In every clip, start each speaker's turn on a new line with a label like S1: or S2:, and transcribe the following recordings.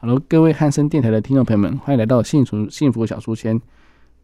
S1: Hello，各位汉声电台的听众朋友们，欢迎来到幸福幸福小书签。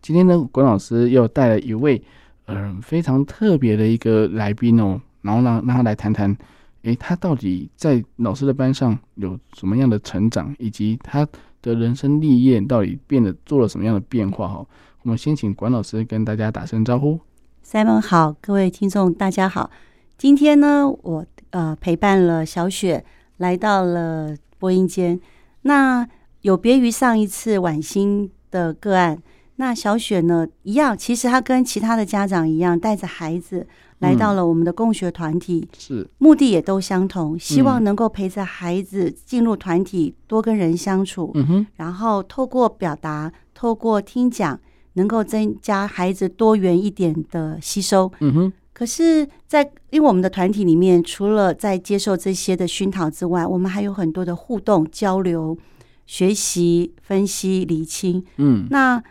S1: 今天呢，管老师又带来一位嗯、呃非常特别的一个来宾哦，然后让让他来谈谈，诶，他到底在老师的班上有什么样的成长，以及他的人生历练到底变得做了什么样的变化哈、哦。我们先请管老师跟大家打声招呼。
S2: Simon 好，各位听众大家好。今天呢，我呃陪伴了小雪来到了播音间。那有别于上一次婉欣的个案，那小雪呢一样，其实她跟其他的家长一样，带着孩子来到了我们的共学团体，
S1: 是，
S2: 目的也都相同，希望能够陪着孩子进入团体，多跟人相处，
S1: 嗯哼，
S2: 然后透过表达，透过听讲，能够增加孩子多元一点的吸收。
S1: 嗯哼，
S2: 可是在，因为我们的团体里面，除了在接受这些的熏陶之外，我们还有很多的互动、交流、学习、分析、厘清。
S1: 嗯，
S2: 那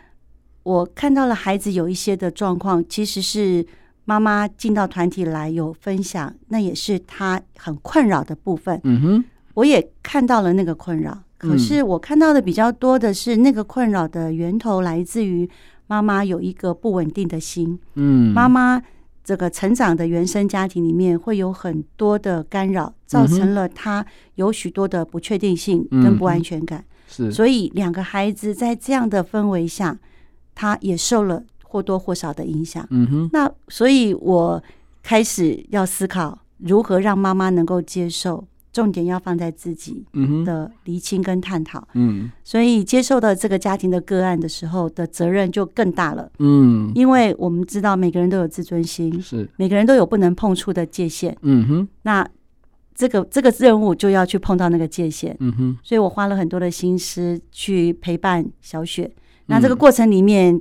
S2: 我看到了孩子有一些的状况，其实是妈妈进到团体来有分享，那也是他很困扰的部分。
S1: 嗯哼，
S2: 我也看到了那个困扰，
S1: 嗯
S2: 可是我看到的比较多的是那个困扰的源头来自于妈妈有一个不稳定的心。
S1: 嗯，
S2: 妈妈这个成长的原生家庭里面会有很多的干扰，造成了她有许多的不确定性
S1: 嗯
S2: 跟不安全感。
S1: 是，
S2: 所以两个孩子在这样的氛围下，他也受了或多或少的影响。
S1: 嗯哼，
S2: 那所以，我开始要思考如何让妈妈能够接受，重点要放在自己
S1: 嗯哼，
S2: 的厘清跟探讨。
S1: 嗯
S2: 所以，接受到这个家庭的个案的时候的责任就更大了，
S1: 嗯，
S2: 因为我们知道每个人都有自尊心，
S1: 是，
S2: 每个人都有不能碰触的界限，
S1: 嗯哼，
S2: 那这个这个任务就要去碰到那个界限，
S1: 嗯哼，
S2: 所以我花了很多的心思去陪伴小雪。那这
S1: 嗯
S2: 个过程里面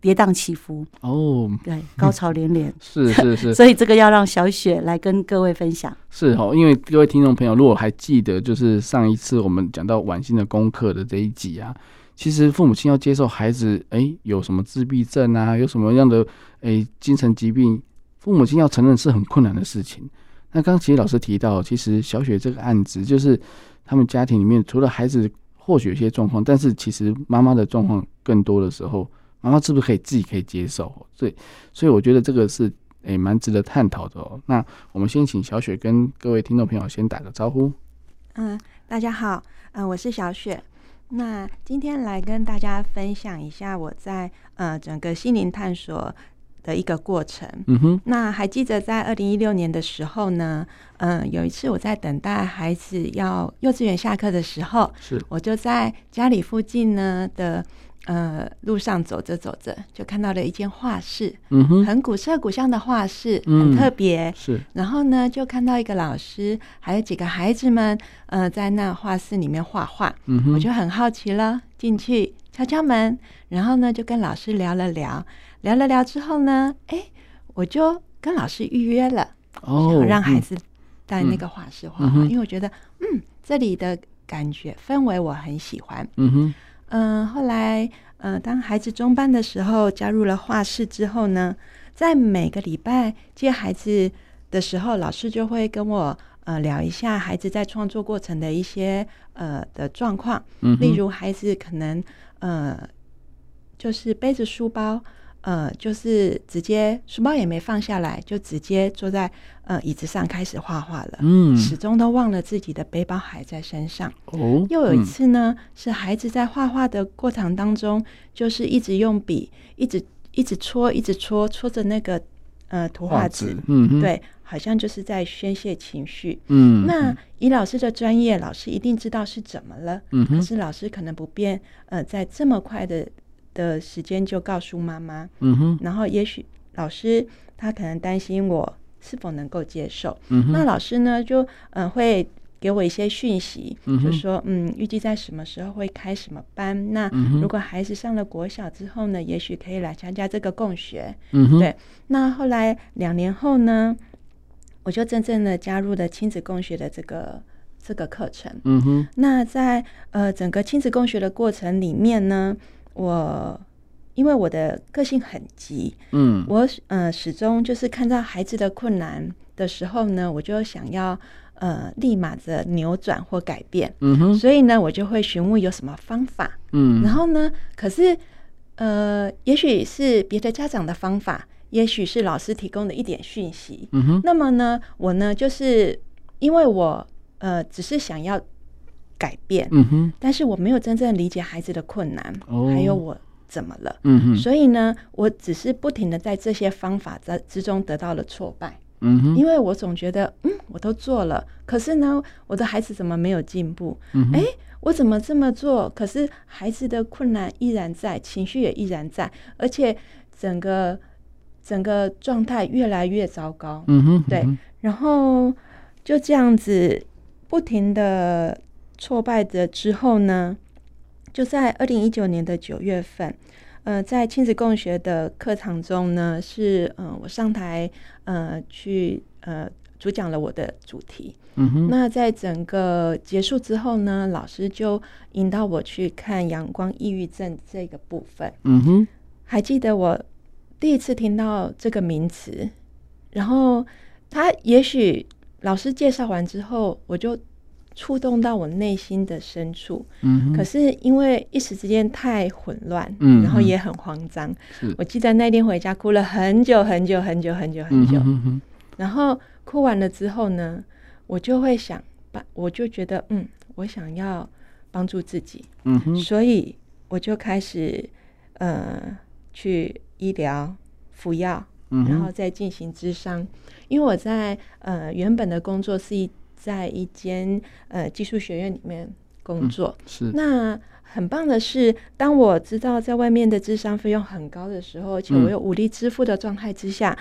S2: 跌宕起伏，
S1: 哦，
S2: 对，高潮连连，
S1: 是是 是，
S2: 所以这个要让小雪来跟各位分享。
S1: 是哦，因为各位听众朋友，如果还记得，就是上一次我们讲到晚星的功课的这一集啊，其实父母亲要接受孩子，哎，有什么自闭症啊，有什么样的哎精神疾病，父母亲要承认是很困难的事情。那刚刚其实老师提到，其实小雪这个案子，就是他们家庭里面除了孩子或许有些状况，但是其实妈妈的状况更多的时候，妈妈是不是可以自己可以接受？所以，所以我觉得这个是诶蛮值得探讨的哦。那我们先请小雪跟各位听众朋友先打个招呼。
S3: 嗯，大家好，嗯，我是小雪。那今天来跟大家分享一下我在呃整个心灵探索的一个过程。
S1: 嗯哼，
S3: 那还记得在二零一六年的时候呢，嗯，有一次我在等待孩子要幼稚园下课的时候，
S1: 是，
S3: 我就在家里附近呢的呃路上走着走着，就看到了一间画室，
S1: 嗯哼，
S3: 很古色古香的画室，
S1: 嗯
S3: 很特别。
S1: 是，
S3: 然后呢，就看到一个老师，还有几个孩子们，呃，在那画室里面画画，
S1: 嗯哼，
S3: 我就很好奇了，进去敲敲门，然后呢，就跟老师聊了聊，聊了聊之后呢，哎，我就跟老师预约了，
S1: 哦，
S3: 想让孩
S1: 嗯
S3: 子在那个画室画
S1: 嗯
S3: 画，
S1: 哼
S3: 因为我觉得，嗯，这里的感觉氛围我很喜欢。
S1: 嗯哼，
S3: 嗯、后来，呃，当孩子中班的时候，加入了画室之后呢，在每个礼拜接孩子的时候，老师就会跟我呃聊一下孩子在创作过程的一些呃的状况，
S1: 嗯哼，
S3: 例如孩子可能呃就是背着书包。呃，就是直接书包也没放下来，就直接坐在呃椅子上开始画画了，
S1: 嗯，
S3: 始终都忘了自己的背包还在身上。
S1: 哦，
S3: 又有一
S1: 嗯，
S3: 次呢，是孩子在画画的过程当中，就是一直用笔，一直一直戳，一直戳，戳着那个呃图画
S1: 画
S3: 纸，
S1: 质，嗯哼，，
S3: 对，好像就是在宣泄情绪。
S1: 嗯，
S3: 那以老师的专业，老师一定知道是怎么了，
S1: 嗯
S3: 可
S1: 哼，
S3: 是老师可能不便，呃，在这么快的的时间就告诉妈妈，
S1: 嗯哼，
S3: 然后也许老师他可能担心我是否能够接受，
S1: 嗯哼，
S3: 那老师呢就嗯、呃会给我一些讯息，
S1: 嗯
S3: 就
S1: 哼
S3: 说嗯预计在什么时候会开什么班，那
S1: 嗯哼
S3: 如果孩子上了国小之后呢，也许可以来参加这个共学。
S1: 嗯哼，
S3: 对那后来两年后呢，我就真正的加入了亲子共学的这个这个课程。
S1: 嗯哼，
S3: 那在呃整个亲子共学的过程里面呢，我因为我的个性很急，
S1: 嗯，
S3: 我呃始终就是看到孩子的困难的时候呢，我就想要呃立马的扭转或改变，
S1: 嗯哼，
S3: 所以呢，我就会询问有什么方法。
S1: 嗯，
S3: 然后呢，可是呃，也许是别的家长的方法，也许是老师提供的一点讯息。
S1: 嗯哼，
S3: 那么呢，我呢，就是因为我呃，只是想要改变，
S1: 嗯哼，
S3: 但是我没有真正理解孩子的困难，
S1: 哦
S3: 还有我怎么了。
S1: 嗯哼，
S3: 所以呢，我只是不停的在这些方法在之中得到了挫败，
S1: 嗯哼，
S3: 因为我总觉得，嗯，我都做了，可是呢，我的孩子怎么没有进步？
S1: 嗯哼，
S3: 哎，我怎么这么做？可是孩子的困难依然在，情绪也依然在，而且整个整个状态越来越糟糕。
S1: 嗯哼，
S3: 对
S1: 嗯哼，
S3: 然后就这样子不停的挫败着之后呢，就在二零一九年的九月份，呃，在亲子共学的课堂中呢，是嗯、呃我上台呃去呃主讲了我的主题，
S1: 嗯哼，
S3: 那在整个结束之后呢，老师就引导我去看《阳光抑郁症》这个部分。
S1: 嗯哼，
S3: 还记得我第一次听到这个名词，然后他也许老师介绍完之后，我就触动到我内心的深处。
S1: 嗯哼，
S3: 可是因为一时之间太混乱，
S1: 嗯
S3: 然后
S1: 嗯
S3: 也很慌张
S1: 是。
S3: 我记得那天回家哭了很久很久很久很久很
S1: 嗯
S3: 久。
S1: 哼嗯哼，
S3: 然后哭完了之后呢，我就会想把，我就觉得嗯，我想要帮助自己，
S1: 嗯哼，
S3: 所以我就开始呃去医疗、服药，
S1: 嗯
S3: 然后
S1: 哼，
S3: 再进行咨商。因为我在呃原本的工作是一在一间呃技术学院里面工作，
S1: 是，
S3: 那很棒的是，当我知道在外面的智商费用很高的时候，而且我
S1: 嗯
S3: 又无力支付的状态之下，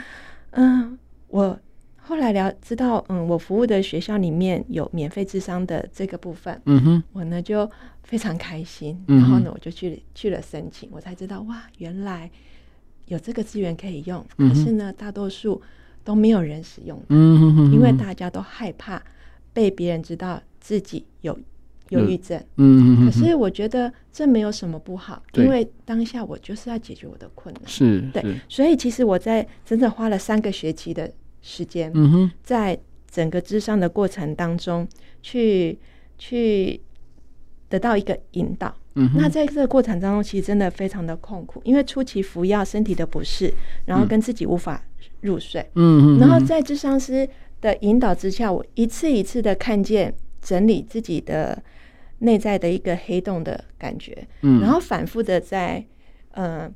S3: 嗯我后来了知道，嗯，我服务的学校里面有免费智商的这个部分，
S1: 嗯哼，
S3: 我呢就非常开心。
S1: 嗯
S3: 然
S1: 哼
S3: 后呢，我就去去了申请，我才知道哇，原来有这个资源可以用，
S1: 嗯哼
S3: 可是呢，大多数都没有人使用，
S1: 嗯哼哼，
S3: 因为
S1: 哼，
S3: 大家都害怕被别人知道自己有忧
S1: 有
S3: 郁症。
S1: 嗯哼，哼
S3: 可是我觉得这没有什么不好，
S1: 对
S3: 因为当下我就是要解决我的困难。
S1: 是，
S3: 对
S1: 是，
S3: 所以其实我在整整花了三个学期的时间，
S1: 嗯哼，
S3: 在整个智商的过程当中，去去得到一个引导。
S1: 嗯哼，
S3: 那在这个过程当中，其实真的非常的痛苦，因为初期服药身体的不适，然后跟自己无法入睡，
S1: 嗯嗯哼，
S3: 然后
S1: 哼
S3: 在智商师的引导之下，我一次一次的看见整理自己的内在的一个黑洞的感觉，
S1: 嗯，
S3: 然后反复的在呃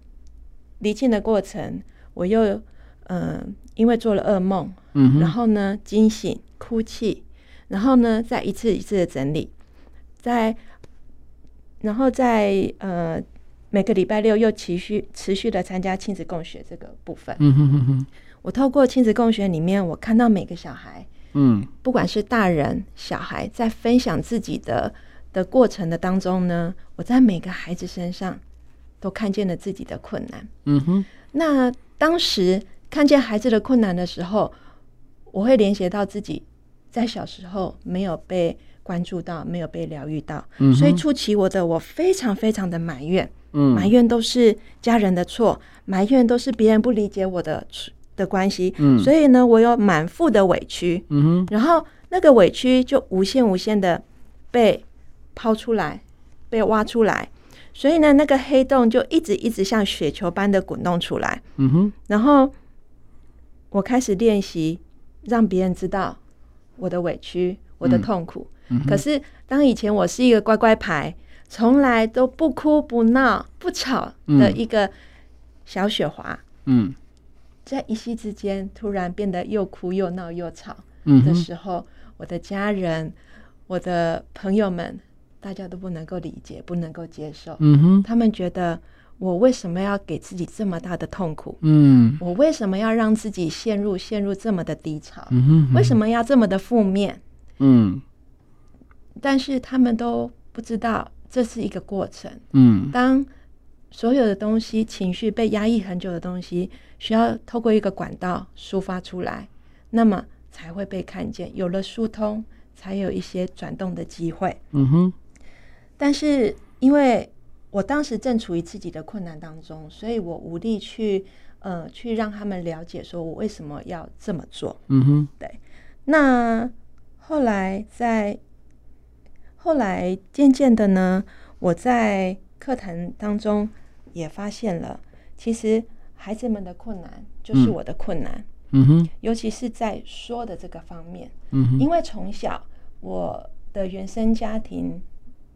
S3: 离境的过程，我又呃因为做了噩梦，
S1: 嗯哼，
S3: 然后呢惊醒、哭泣，然后呢再一次一次的整理，在然后在呃每个礼拜六又持续持续的参加亲子共学这个部分。
S1: 嗯哼哼哼，
S3: 我透过亲子共学里面，我看到每个小孩，
S1: 嗯
S3: 不管是大人小孩，在分享自己的的过程的当中呢，我在每个孩子身上都看见了自己的困难。
S1: 嗯哼，
S3: 那当时看见孩子的困难的时候，我会联想到自己在小时候没有被关注到，没有被疗愈到，
S1: 嗯哼
S3: 所以初期我的我非常非常的埋怨，
S1: 嗯，
S3: 埋怨都是家人的错，埋怨都是别人不理解我的错的关系，
S1: 嗯
S3: 所以呢，我有满腹的委屈，
S1: 嗯哼，
S3: 然后那个委屈就无限无限的被抛出来，被挖出来，所以呢，那个黑洞就一直一直像雪球般的滚动出来，
S1: 嗯哼，
S3: 然后我开始练习让别人知道我的委屈，我的
S1: 嗯
S3: 痛苦，
S1: 嗯哼，
S3: 可是当以前我是一个乖乖牌，从来都不哭不闹不吵的一个小雪华，
S1: 嗯
S3: 在一夕之间突然变得又哭又闹又吵
S1: 嗯
S3: 的
S1: 哼，
S3: 时候，我的家人、我的朋友们，大家都不能够理解，不能够接受，
S1: 嗯哼，
S3: 他们觉得我为什么要给自己这么大的痛苦？
S1: 嗯
S3: 我为什么要让自己陷入陷入这么的低潮？
S1: 嗯哼，
S3: 为什么要这么的负面？
S1: 嗯
S3: 但是他们都不知道这是一个过程。
S1: 嗯
S3: 当所有的东西、情绪被压抑很久的东西，需要透过一个管道抒发出来，那么才会被看见。有了疏通，才有一些转动的机会。
S1: 嗯哼，
S3: 但是因为我当时正处于自己的困难当中，所以我无力去呃去让他们了解，说我为什么要这么做。
S1: 嗯哼，
S3: 那后来在后来渐渐的呢，我在课堂当中也发现了，其实孩子们的困难就是
S1: 嗯
S3: 我的困难，
S1: 嗯哼，
S3: 尤其是在说的这个方面，
S1: 嗯哼，
S3: 因为从小我的原生家庭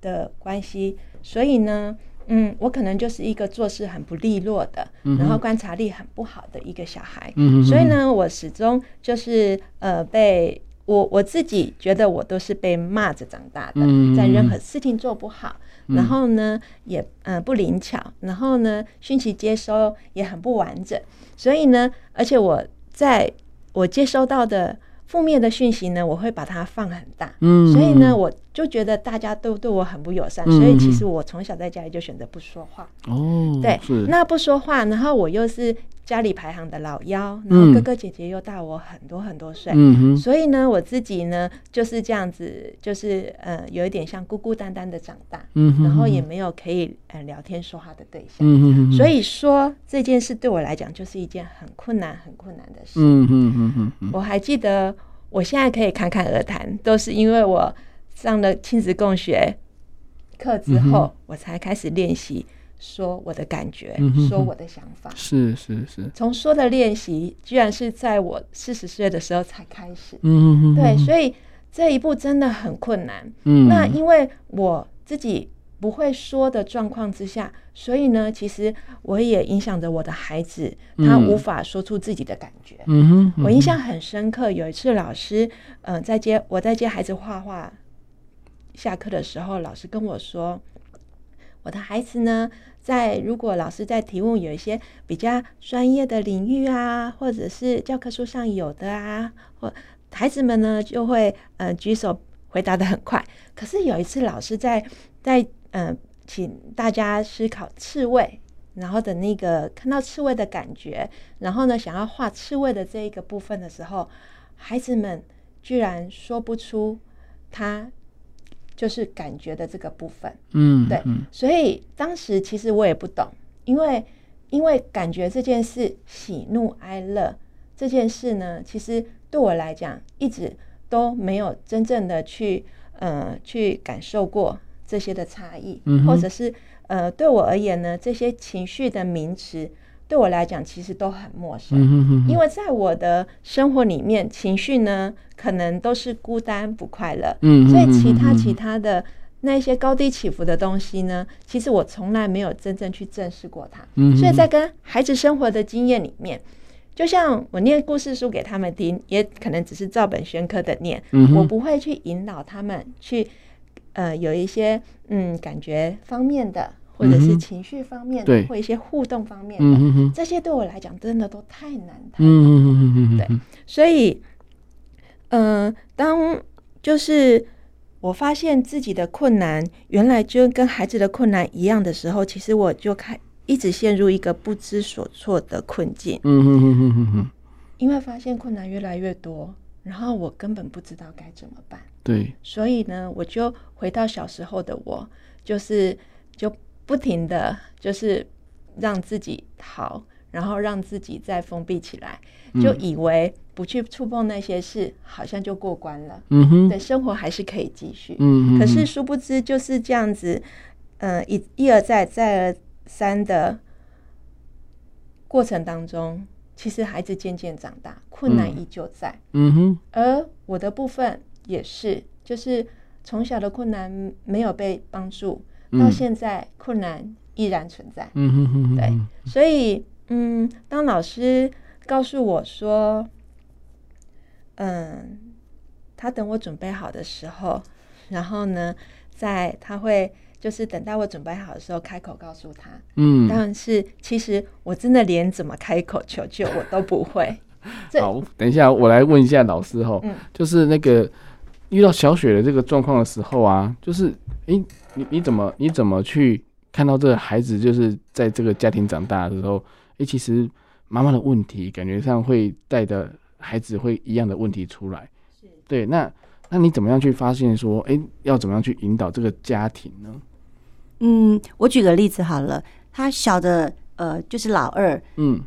S3: 的关系，所以呢。嗯，我可能就是一个做事很不利落的，
S1: 嗯哼
S3: 然后观察力很不好的一个小孩。
S1: 嗯哼，
S3: 所以，呢，我始终就是呃被我我自己觉得我都是被骂着长大的，
S1: 嗯
S3: 在任何事情做不好，然后呢也呃不灵巧，然后呢讯息接收也很不完整，所以呢，而且我在我接收到的负面的讯息呢，我会把它放很大。
S1: 嗯，
S3: 所以呢，，我就觉得大家都对我很不友善，所以
S1: 嗯
S3: 其
S1: 嗯
S3: 实我从小在家里就选择不说话。
S1: 哦，
S3: 对
S1: 是，
S3: 那不说话，然后我又是家里排行的老幺，然后
S1: 嗯
S3: 哥哥姐姐又大我很多很多岁，
S1: 嗯哼，
S3: 所以呢，我自己呢就是这样子，就是呃，有一点像孤孤单单的长大，
S1: 嗯哼，
S3: 然后也，没有可以呃聊天说话的对象，
S1: 嗯哼哼，
S3: 所，以说这件事对我来讲就是一件很困难、很困难的事。
S1: 嗯哼哼哼哼，
S3: 我还记得，我现在可以侃侃而谈，都是因为我上了亲子共学课之
S1: 嗯
S3: 后，
S1: 哼
S3: 我才开始练习说我的感觉，
S1: 嗯哼
S3: 说
S1: 哼
S3: 我的想法。
S1: 是是是，
S3: 从说的练习，居然是在我四十岁的时候才开始。
S1: 嗯哼哼，
S3: 对，所
S1: 以，
S3: 以这一步真的很困难。
S1: 嗯，
S3: 那因为我自己不会说的状况之下，所以呢，其实我也影响着我的孩子，他
S1: 嗯
S3: 无法说出自己的感觉。
S1: 嗯哼，
S3: 我印，象很深刻，有一次老师，嗯、在接我在接孩子画画，下课的时候，老师跟我说，我的孩子呢，在如果老师在提问有一些比较专业的领域啊，或者是教科书上有的啊，或孩子们呢就会呃举手回答的很快。可是有一次老师在在嗯、呃请大家思考刺猬。然后的那个看到刺猬的感觉，然后呢，想要画刺猬的这一个部分的时候，孩子们居然说不出他就是感觉的这个部分。
S1: 嗯，
S3: 对，所以当时其实我也不懂，因为因为感觉这件事喜怒哀乐这件事呢，其实对我来讲一直都没有真正的去呃去感受过这些的差异，
S1: 嗯哼
S3: 或者是呃对我而言呢，这些情绪的名词对我来讲其实都很陌生。
S1: 嗯哼哼，
S3: 因
S1: 为，
S3: 为在我的生活里面，情绪呢可能都是孤单、不快乐，
S1: 嗯，
S3: 所以其他其，他的那一些高低起伏的东西呢，其实我从来没有真正去正视过它。
S1: 嗯，
S3: 所以在跟孩子生活的经验里面，就像我念故事书给他们听，也可能只是照本宣科的念，
S1: 嗯哼
S3: 我不会去引导他们去呃有一些嗯感觉方面的，或者
S1: 嗯
S3: 是
S1: 哼
S3: 情绪方面的，
S1: 对
S3: 或一些互动方面
S1: 嗯
S3: 的，
S1: 哼哼，
S3: 这些对我来讲真的都太难太难
S1: 嗯哼哼哼，
S3: 对，所以，呃，当就是我发现自己的困难原来就跟孩子的困难一样的时候，其实我就开一直陷入一个不知所措的困境，
S1: 嗯哼哼哼哼哼，
S3: 因为发现困难越来越多，然后我根本不知道该怎么办。
S1: 对，
S3: 所以呢，我就回到小时候的我，就是就不停的就是让自己逃，然后让自己再封闭起来，
S1: 嗯
S3: 就以为不去触碰那些事，好像就过关了，
S1: 嗯哼，
S3: 对，生活还是可以继续。
S1: 嗯，
S3: 可是，殊不知就是这样子，呃，一一而再再而三的过程当中，其实孩子渐渐长大，困难
S1: 嗯
S3: 依旧在。
S1: 嗯哼，
S3: 而我的部分也是，就是从小的困难没有被帮助，到
S1: 嗯
S3: 现在困难依然存在。
S1: 嗯哼哼哼，
S3: 对，所以，嗯，当老师告诉我说，嗯，他等我准备好的时候，然后呢，在他会就是等到我准备好的时候开口告诉他。
S1: 嗯，
S3: 但是其实我真的连怎么开口求救我都不会。对
S1: 好，等一下我来问一下老师哈
S3: 嗯，
S1: 就是那个遇到小雪的这个状况的时候啊，就是诶，你你怎么你怎么去看到这个孩子就是在这个家庭长大的时候，诶，其实妈妈的问题感觉上会带着孩子会一样的问题出来，对，那那你怎么样去发现说，诶，要怎么样去引导这个家庭呢？
S2: 嗯，我举个例子好了，他小的呃就是老二，
S1: 嗯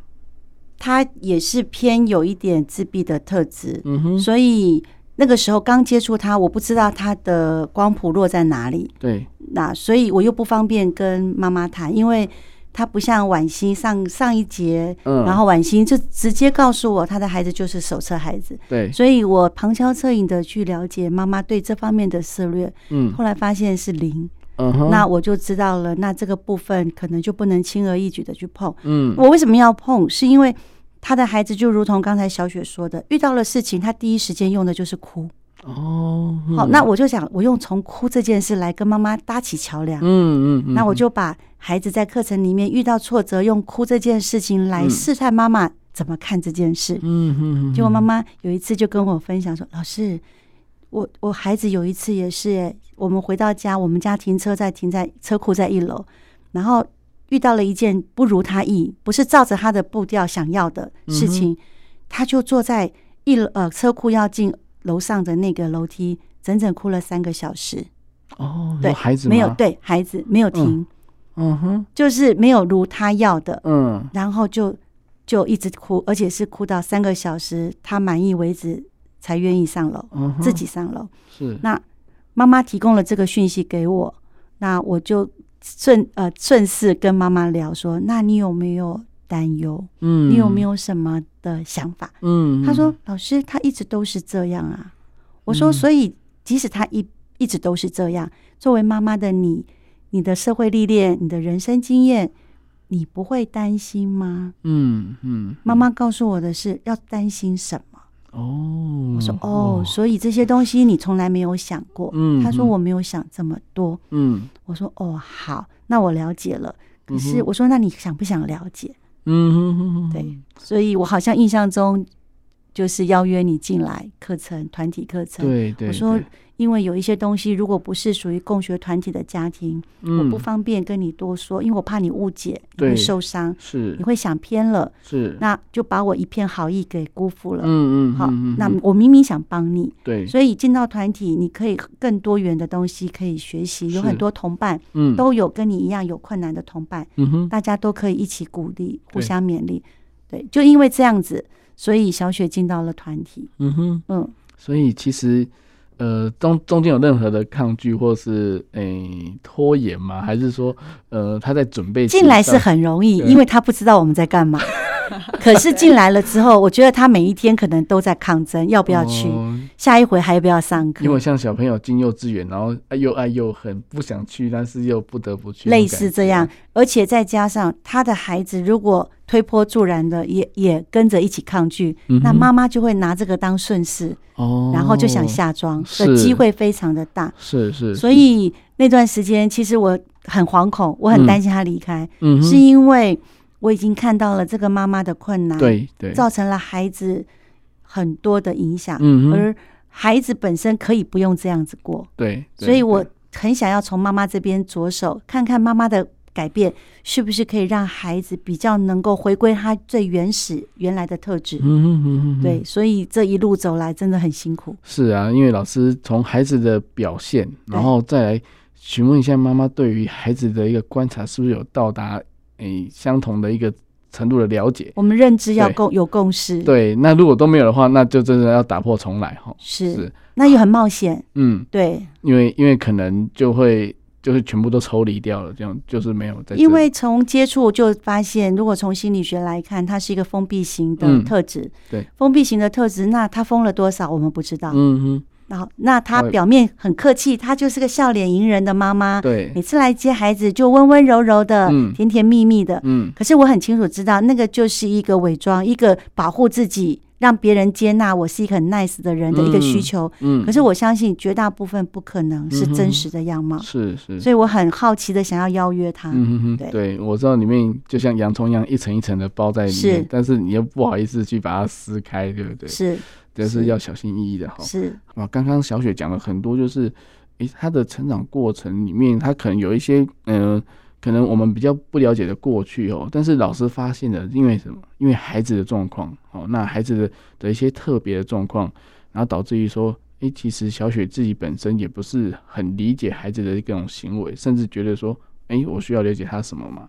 S2: 他也是偏有一点自闭的特质，
S1: 嗯哼，
S2: 所以那个时候刚接触他，我不知道他的光谱落在哪里，
S1: 对，
S2: 那所以我又不方便跟妈妈谈，因为他不像婉欣上上一节，
S1: 嗯，
S2: 然后婉欣就直接告诉我他的孩子就是手册孩子，
S1: 对，
S2: 所以我旁敲侧影的去了解妈妈对这方面的策略，
S1: 嗯
S2: 后来发现是零，
S1: 嗯哼，
S2: 那我就知道了，那这个部分可能就不能轻而易举的去碰。
S1: 嗯
S2: 我为什么要碰？是因为他的孩子就如同刚才小雪说的，遇到了事情，他第一时间用的就是哭。
S1: Ờ 哦，
S2: 好，
S1: 嗯
S2: 那我就想，我用从哭这件事来跟妈妈搭起桥梁。
S1: 嗯嗯嗯，
S2: 那我就把孩子在课程里面遇到挫折，用哭这件事情来
S1: 嗯
S2: 试探妈妈怎么看这件事。
S1: 嗯嗯，嗯
S2: 结果妈妈有一次就跟我分享说：“老师，我我孩子有一次也是耶，我们回到家，我们家停车在停在车库在一楼，然后遇到了一件不如他意，不是照着他的步调想要的
S1: 嗯
S2: 事情，他就坐在一楼呃车库要进楼上的那个楼梯，整整哭了三个小时，
S1: 哦，
S2: 对
S1: 有孩子
S2: 没有
S1: 吗，
S2: 对孩子没有停，
S1: 嗯哼，
S2: 就是没有如他要的，
S1: 嗯，
S2: 然后就就一直哭，而且是哭到三个小时，他满意为止才愿意上楼，
S1: 嗯哼
S2: 自己上楼。
S1: 是，
S2: 那妈妈提供了这个讯息给我，那我就顺呃顺势跟妈妈聊说，那你有没有担忧？
S1: 嗯，
S2: 你有没？有什么的想法？
S1: 嗯，
S2: 她说，老师，他一直都是这样啊。
S1: 嗯
S2: 我说，所以即使他一一直都是这样，作为妈妈的你，你的社会历练、你的人生经验，你不会担心吗？
S1: 嗯嗯，
S2: 妈妈告诉我的是要担心什么？
S1: 哦，
S2: 我说哦，所以这些东西你从来没有想过。
S1: 嗯
S2: 他说
S1: 嗯
S2: 我没有想这么多。
S1: 嗯
S2: 我说哦，好，那我了解了。可
S1: 嗯
S2: 是
S1: 哼
S2: 我说，那你想不想了解？
S1: 嗯哼哼，
S2: 对
S1: 哼
S2: 所以我好像印象中就是邀约你进来课程团体课程。
S1: 对对，
S2: 我说
S1: 对，
S2: 因为有一些东西，如果不是属于共学团体的家庭，我
S1: 嗯
S2: 不方便跟你多说，因为我怕你误解，你
S1: 对
S2: 会受伤，
S1: 是
S2: 你会想偏了，
S1: 是，
S2: 那就把我一片好意给辜负了。
S1: 嗯嗯，
S2: 好
S1: 嗯，嗯
S2: 那
S1: 嗯
S2: 我明明想帮你，
S1: 对，
S2: 所以进到团体，你可以更多元的东西可以学习，
S1: 是
S2: 有很多同伴
S1: 嗯，
S2: 都有跟你一样有困难的同伴，
S1: 嗯哼，
S2: 大家都可以一起鼓励，互
S1: 对
S2: 相勉励。
S1: 嗯
S2: 对，就因为这样子，所以小雪进到了团体。
S1: 嗯哼，
S2: 嗯，
S1: 所以其实。呃，中中间有任何的抗拒或是诶、拖延吗？还是说，呃，他在准备
S2: 进
S1: 期
S2: 来是
S1: 上
S2: 很容易，
S1: 对
S2: 因为她不知道我们在 干嘛。可是进来了之后，我觉得她每一天可能都在抗争，要不要去？
S1: 哦
S2: 下一回还要不要上
S1: 因
S2: 课
S1: 为？像小朋友进幼稚园，然后哎又爱又恨，不想去，但是又不得不去，
S2: 类似这样，而且再加上她的孩子如果推波助澜的，也也跟着一起抗拒，
S1: 嗯哼
S2: 那妈妈就会拿这个当顺势，
S1: 那种感觉，哦，
S2: 然后就想下庄
S1: 是
S2: 的机会非常的大，
S1: 是是，
S2: 所以那段时间其实我很惶恐，我很担心他离开，
S1: 嗯哼
S2: 是因为我已经看到了这个妈妈的困难，，
S1: 对对，
S2: 造成了孩子很多的影响，
S1: 嗯哼，
S2: 而孩子本身可以不用这样子过，
S1: 对，对
S2: 所以我
S1: 对
S2: 很想要从妈妈这边着手，看看妈妈的。改变是不是可以让孩子比较能够回归他最原始原来的特质？
S1: 嗯哼嗯哼嗯哼
S2: 对，所以这一路走来真的很辛苦。
S1: 是啊，因为老师从孩子的表现，然后再来询问一下妈妈对于孩子的一个观察，是不是有到达诶、相同的一个程度的了解？
S2: 我们认知要
S1: 对
S2: 共有共识，，
S1: 对，那如果都没有的话，那就真的要打破重来哈。
S2: 是
S1: 是，
S2: 那也很冒险，
S1: 嗯，
S2: 对，
S1: 因为因为可能就会就是全部都抽离掉了，这样就是没有在这
S2: 因为从接触就发现，如果从心理学来看，它是一个封闭型的
S1: 嗯
S2: 特质，
S1: 对，
S2: 封闭型的特质，那他封了多少我们不知道，
S1: 嗯
S2: 然后那他
S1: 对
S2: 表面很客气，他就是个笑脸迎人的妈妈
S1: 哼，，对，
S2: 每次来接孩子就温温柔柔的，
S1: 嗯
S2: 甜甜蜜蜜的，
S1: 嗯
S2: 可是我很清楚知道，那个就是一个伪装，一个保护自己让别人接纳我是一个很 nice 的人的一个需求。
S1: 嗯，
S2: 可是我相信绝大部分不可能是真实的样貌，
S1: 是是，
S2: 所以我很好奇的想要邀约他。
S1: 嗯嗯哼哼，
S2: 啊对
S1: 对，我知道里面就像洋葱一样一层一层的包在里面
S2: 是，
S1: 但是你又不好意思去把它撕开，对不对？
S2: 是
S1: 这
S2: 是
S1: 是要小心翼翼的哈。
S2: 是，
S1: 哇，啊刚刚小雪讲了很多，就是诶，她的成长过程里面，她可能有一些呃，可能我们比较不了解的过去哦，但是老师发现了，因为什么？因为孩子的状况哦，那孩子的的一些特别的状况，然后导致于说。诶，其实小雪自己本身也不是很理解孩子的各种行为，甚至觉得说，诶，我需要了解他什么嘛？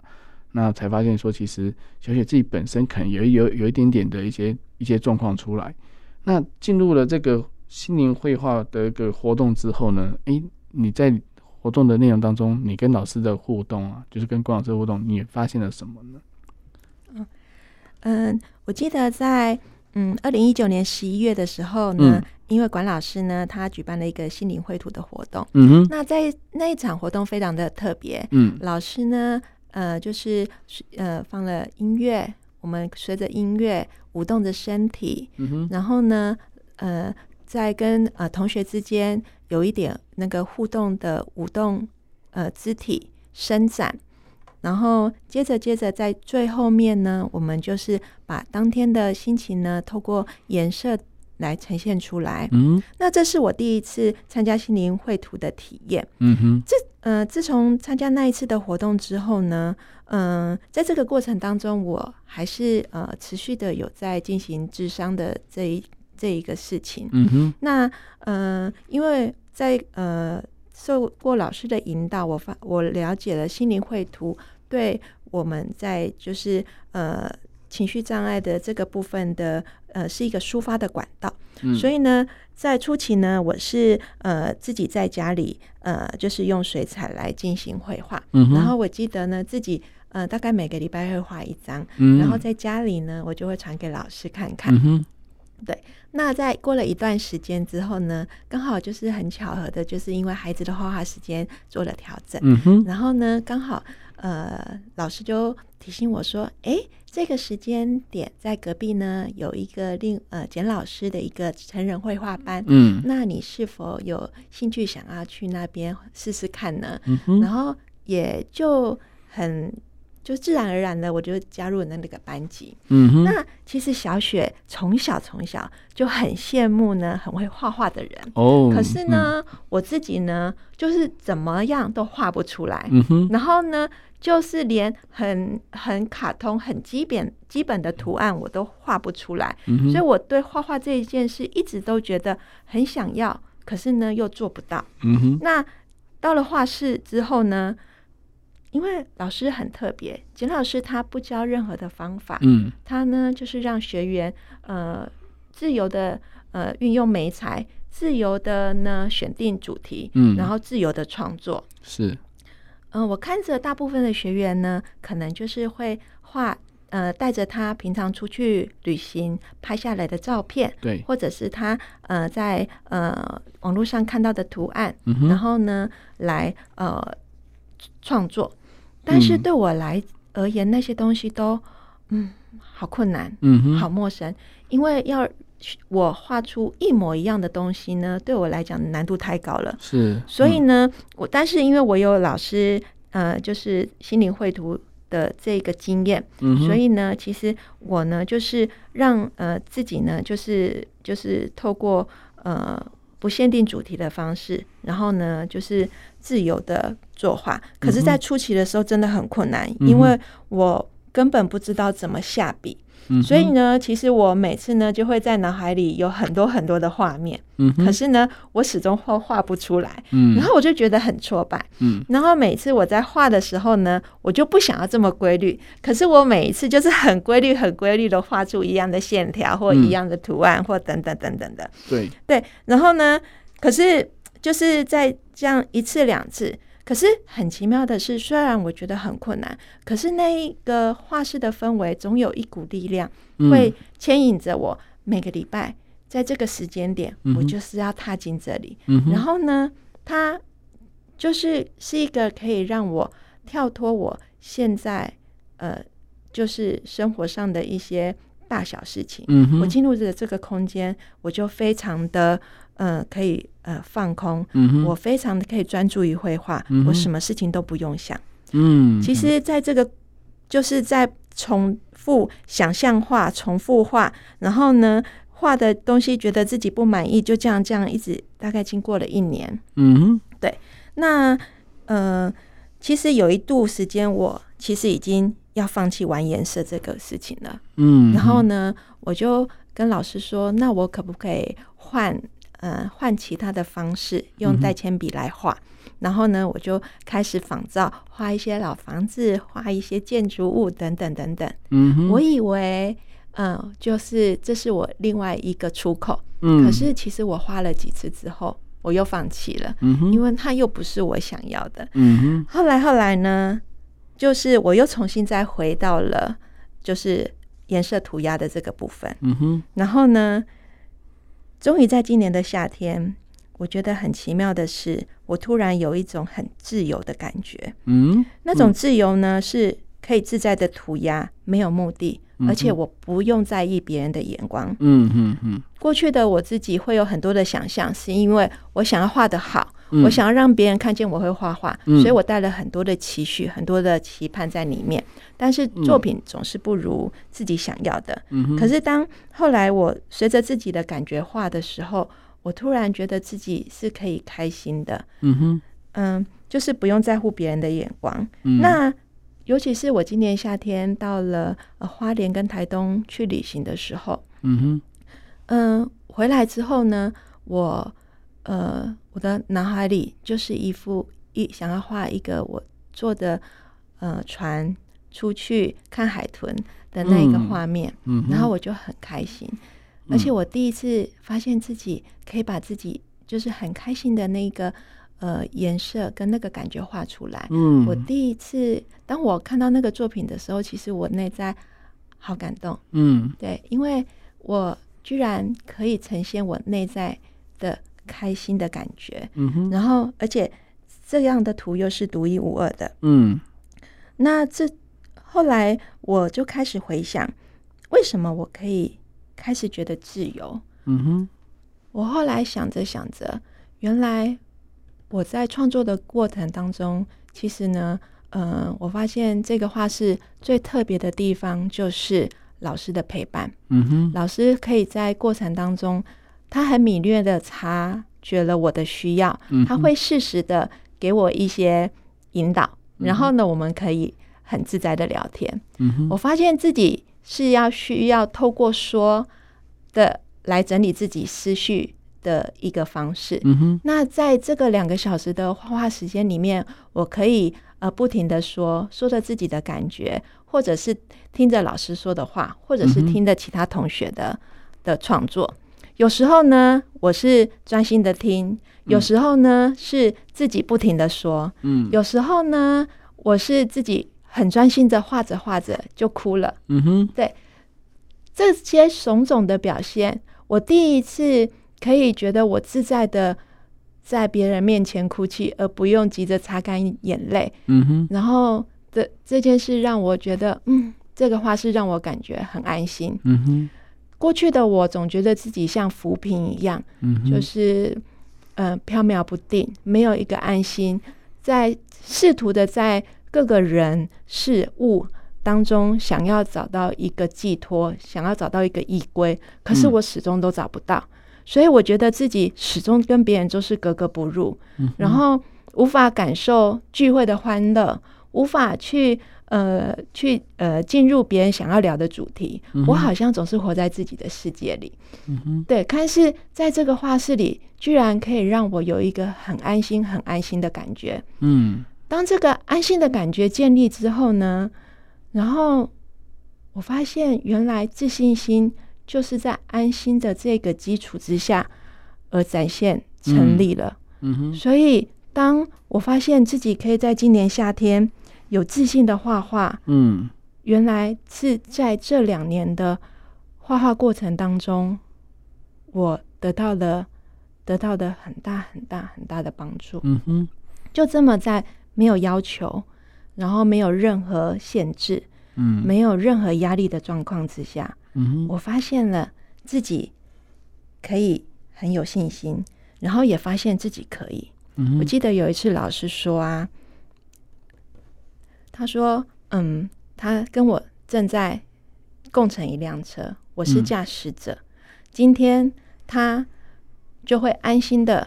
S1: 那才发现说，其实小雪自己本身可能有一有有一点点的一些一些状况出来。那进入了这个心灵绘画的一个活动之后呢，诶，你在活动的内容当中，你跟老师的互动啊，就是跟关老师的互动，你也发现了什么呢？
S3: 嗯，我记得在嗯二零一九年十一月的时候呢，
S1: 嗯
S3: 因为管老师呢他举办了一个心灵绘图的活动，
S1: 嗯哼，
S3: 那在那一场活动非常的特别，
S1: 嗯
S3: 老师呢呃就是呃放了音乐，我们随着音乐舞动着身体，
S1: 嗯哼，
S3: 然后呢呃在跟呃同学之间有一点那个互动的舞动呃肢体伸展。然后接着接着，在最后面呢，我们就是把当天的心情呢，透过颜色来呈现出来。
S1: 嗯
S3: 那这是我第一次参加心灵绘图的体验。
S1: 嗯哼，
S3: 呃，自从参加那一次的活动之后呢，嗯、在这个过程当中，我还是呃持续的有在进行智商的这一这一个事情。
S1: 嗯哼，
S3: 那嗯、呃因为在呃受过老师的引导，我发我了解了心灵绘图对我们在就是呃情绪障碍的这个部分的呃是一个抒发的管道。
S1: 嗯，
S3: 所
S1: 以
S3: 以呢，在初期呢，我是呃自己在家里呃就是用水彩来进行绘画，
S1: 嗯哼，
S3: 然后我记得呢自己呃大概每个礼拜会画一张，
S1: 嗯，
S3: 然后在家里呢我就会传给老师看看。
S1: 嗯哼，
S3: 那在过了一段时间之后呢，刚好就是很巧合的，就是因为孩子的画画时间做了调整，
S1: 嗯哼，
S3: 然后呢刚好呃老师就提醒我说，诶，这个时间点在隔壁呢有一个另呃简老师的一个成人绘画班，
S1: 嗯
S3: 那你是否有兴趣想要去那边试试看呢？
S1: 嗯哼，
S3: 然后也就很就自然而然的，我就加入了那个班级。
S1: 嗯哼，
S3: 那其实小雪从小从小就很羡慕呢，很会画画的人。
S1: 哦，
S3: 可是，呢，我自己呢，就是怎么样都画不出来。
S1: 嗯哼，
S3: 然后呢，就是连很很卡通、很基本基本的图案我都画不出来。
S1: 嗯哼，
S3: 所以我对画画这一件事一直都觉得很想要，可是呢又做不到。
S1: 嗯哼，
S3: 那到了画室之后呢，因为老师很特别，简老师他不教任何的方法，
S1: 嗯
S3: 他呢就是让学员呃自由的呃运用美材，自由的呢选定主题，
S1: 嗯，
S3: 然后自由的创作。
S1: 是，
S3: 嗯、我看着大部分的学员呢，可能就是会画。呃，带着他平常出去旅行拍下来的照片，
S1: 对，
S3: 或者是他呃在呃网络上看到的图案，
S1: 嗯哼，
S3: 然后呢来呃创作。但是
S1: 嗯
S3: 对我来而言，那些东西都嗯好困难，
S1: 嗯哼，
S3: 好，陌生，因为要我画出一模一样的东西呢，对我来讲难度太高了。
S1: 是，
S3: 所以，呢，我但是因为我有老师呃就是心灵绘图的这个经验，
S1: 嗯哼，
S3: 所，以呢，其实我呢，就是让呃自己呢，就是就是透过呃不限定主题的方式，然后呢，就是自由的作画。可是，
S1: 嗯哼
S3: 在初期的时候真的很困难，
S1: 嗯哼嗯
S3: 因为我根本不知道怎么下笔。所以，呢，其实我每次呢，就会在脑海里有很多很多的画面，
S1: 嗯
S3: 可
S1: 哼，
S3: 是呢，我始终画画不出来，
S1: 嗯，
S3: 然后我就觉得很挫败。
S1: 嗯，
S3: 然后每次我在画的时候呢，我就不想要这么规律，可是我每一次就是很规律、很规律的画出一样的线条或
S1: 嗯
S3: 一样的图案或等等等等的。
S1: 对，
S3: 对，然后呢，可是就是在这样一次两次。可是很奇妙的是，虽然我觉得很困难，可是那一个画室的氛围总有一股力量
S1: 嗯
S3: 会牵引着我。每个礼拜在这个时间点，
S1: 嗯
S3: 我
S1: 哼
S3: 就是要踏进这里，
S1: 嗯哼，
S3: 然后呢，它就是是一个可以让我跳脱我现在呃，就是生活上的一些大小事情。
S1: 嗯哼，
S3: 我进入的这个空间，我就非常的呃，可以呃放空，
S1: 嗯哼，
S3: 我非常的可以专注于绘画，
S1: 嗯哼
S3: 我什么事情都不用想。
S1: 嗯，
S3: 其实，在这个就是在重复想象画、重复画，然后呢，画的东西觉得自己不满意，就这样这样一直，大概经过了一年。
S1: 嗯哼，
S3: 那呃，其实有一度时间，我其实已经要放弃玩颜色这个事情了。
S1: 嗯哼，
S3: 然后呢，我就跟老师说，那我可不可以换呃换其他的方式，
S1: 嗯
S3: 用
S1: 哼
S3: 带铅笔来画？然后呢，我就开始仿造，画一些老房子，画一些建筑物等等等等。
S1: 嗯哼，
S3: 我以为，嗯、就是这是我另外一个出口。
S1: 嗯，
S3: 可是其实我画了几次之后，我又放弃了，
S1: 嗯哼，
S3: 因为它又不是我想要的。
S1: 嗯哼，
S3: 后来后来呢，就是我又重新再回到了就是颜色涂鸦的这个部分，
S1: 嗯哼，
S3: 然后呢，终于在今年的夏天，我觉得很奇妙的是，我突然有一种很自由的感觉。
S1: 嗯，
S3: 那种自由呢，是可以自在的涂鸦，没有目的，而且我不用在意别人的眼光。
S1: 嗯哼嗯
S3: 过去的我自己会有很多的想象，是因为我想要画得好，
S1: 嗯
S3: 我想要让别人看见我会画画，
S1: 嗯
S3: 所以我带了很多的期许、很多的期盼在里面。但是作品总是不如自己想要的。
S1: 嗯哼，
S3: 可
S1: 是，
S3: 是当后来我随着自己的感觉画的时候，我突然觉得自己是可以开心的，
S1: 嗯哼，
S3: 嗯，就是不用在乎别人的眼光。
S1: 嗯，
S3: 那尤其是我今年夏天到了、呃、花莲跟台东去旅行的时候，
S1: 嗯哼，
S3: 嗯，回来之后呢，我呃，我的脑海里就是一幅一想要画一个我坐的呃船出去看海豚的那一个
S1: 嗯
S3: 画面，
S1: 嗯哼，
S3: 然后我就很开心，而且我第一次发现自己可以把自己就是很开心的那个呃颜色跟那个感觉画出来。
S1: 嗯，
S3: 我第一次当我看到那个作品的时候，其实我内在好感动。
S1: 嗯
S3: 对，因为我居然可以呈现我内在的开心的感觉，
S1: 嗯哼，
S3: 然后而且这样的图又是独一无二的。
S1: 嗯
S3: 那这后来我就开始回想，为什么我可以开始觉得自由？
S1: 嗯哼，
S3: 我后来想着想着，原来我在创作的过程当中，其实呢，呃，我发现这个画室最特别的地方就是老师的陪伴。
S1: 嗯哼，
S3: 老师可以在过程当中，他很敏锐的察觉了我的需要，
S1: 嗯哼
S3: 他会适时的给我一些引导，
S1: 嗯哼
S3: 然后呢，我们可以很自在的聊天。
S1: 嗯哼，
S3: 我发现自己是要需要透过说的来整理自己思绪的一个方式。
S1: 嗯哼，
S3: 那在这个两个小时的画画时间里面，我可以呃不停的说，说着自己的感觉，或者是听着老师说的话，或者是
S1: 嗯哼
S3: 听着其他同学的的创作。有时候呢，我是专心的听；有时候呢，是自己不停的说；
S1: 嗯，
S3: 有时候呢，我是自己很专心的画着画着就哭了。
S1: 嗯哼，
S3: 这些种种的表现，我第一次可以觉得我自在的在别人面前哭泣，而不用急着擦干眼泪。
S1: 嗯哼，
S3: 然后这这件事让我觉得，嗯，这个画是让我感觉很安心。
S1: 嗯哼，
S3: 过去的我总觉得自己像浮萍一样，
S1: 嗯哼，
S3: 就是嗯、呃飘渺不定，没有一个安心，在试图的在各个人事物当中想要找到一个寄托，想要找到一个依归，可是
S1: 嗯
S3: 我始终都找不到，所以我觉得自己始终跟别人就是格格不入，
S1: 嗯
S3: 然后无法感受聚会的欢乐，无法去。呃，去呃，进入别人想要聊的主题，我好像总是活在自己的世界里。
S1: 嗯哼，
S3: 对，但是在这个画室里，居然可以让我有一个很安心、很安心的感觉。
S1: 嗯
S3: 当这个安心的感觉建立之后呢，然后我发现原来自信心就是在安心的这个基础之下而展现成立了。
S1: 嗯哼，
S3: 所以，当我发现自己可以在今年夏天有自信的画画，
S1: 嗯
S3: 原来是在这两年的画画过程当中，我得到了得到的很大很大很大的帮助。
S1: 嗯哼，
S3: 就这么在没有要求，然后没有任何限制，
S1: 嗯，
S3: 没有任何压力的状况之下，
S1: 嗯哼，
S3: 我发现了自己可以很有信心，然后也发现自己可以。
S1: 嗯哼
S3: 我记得有一次老师说啊，他说：“嗯，他跟我正在共乘一辆车，我是
S1: 嗯
S3: 驾驶者。今天他就会安心的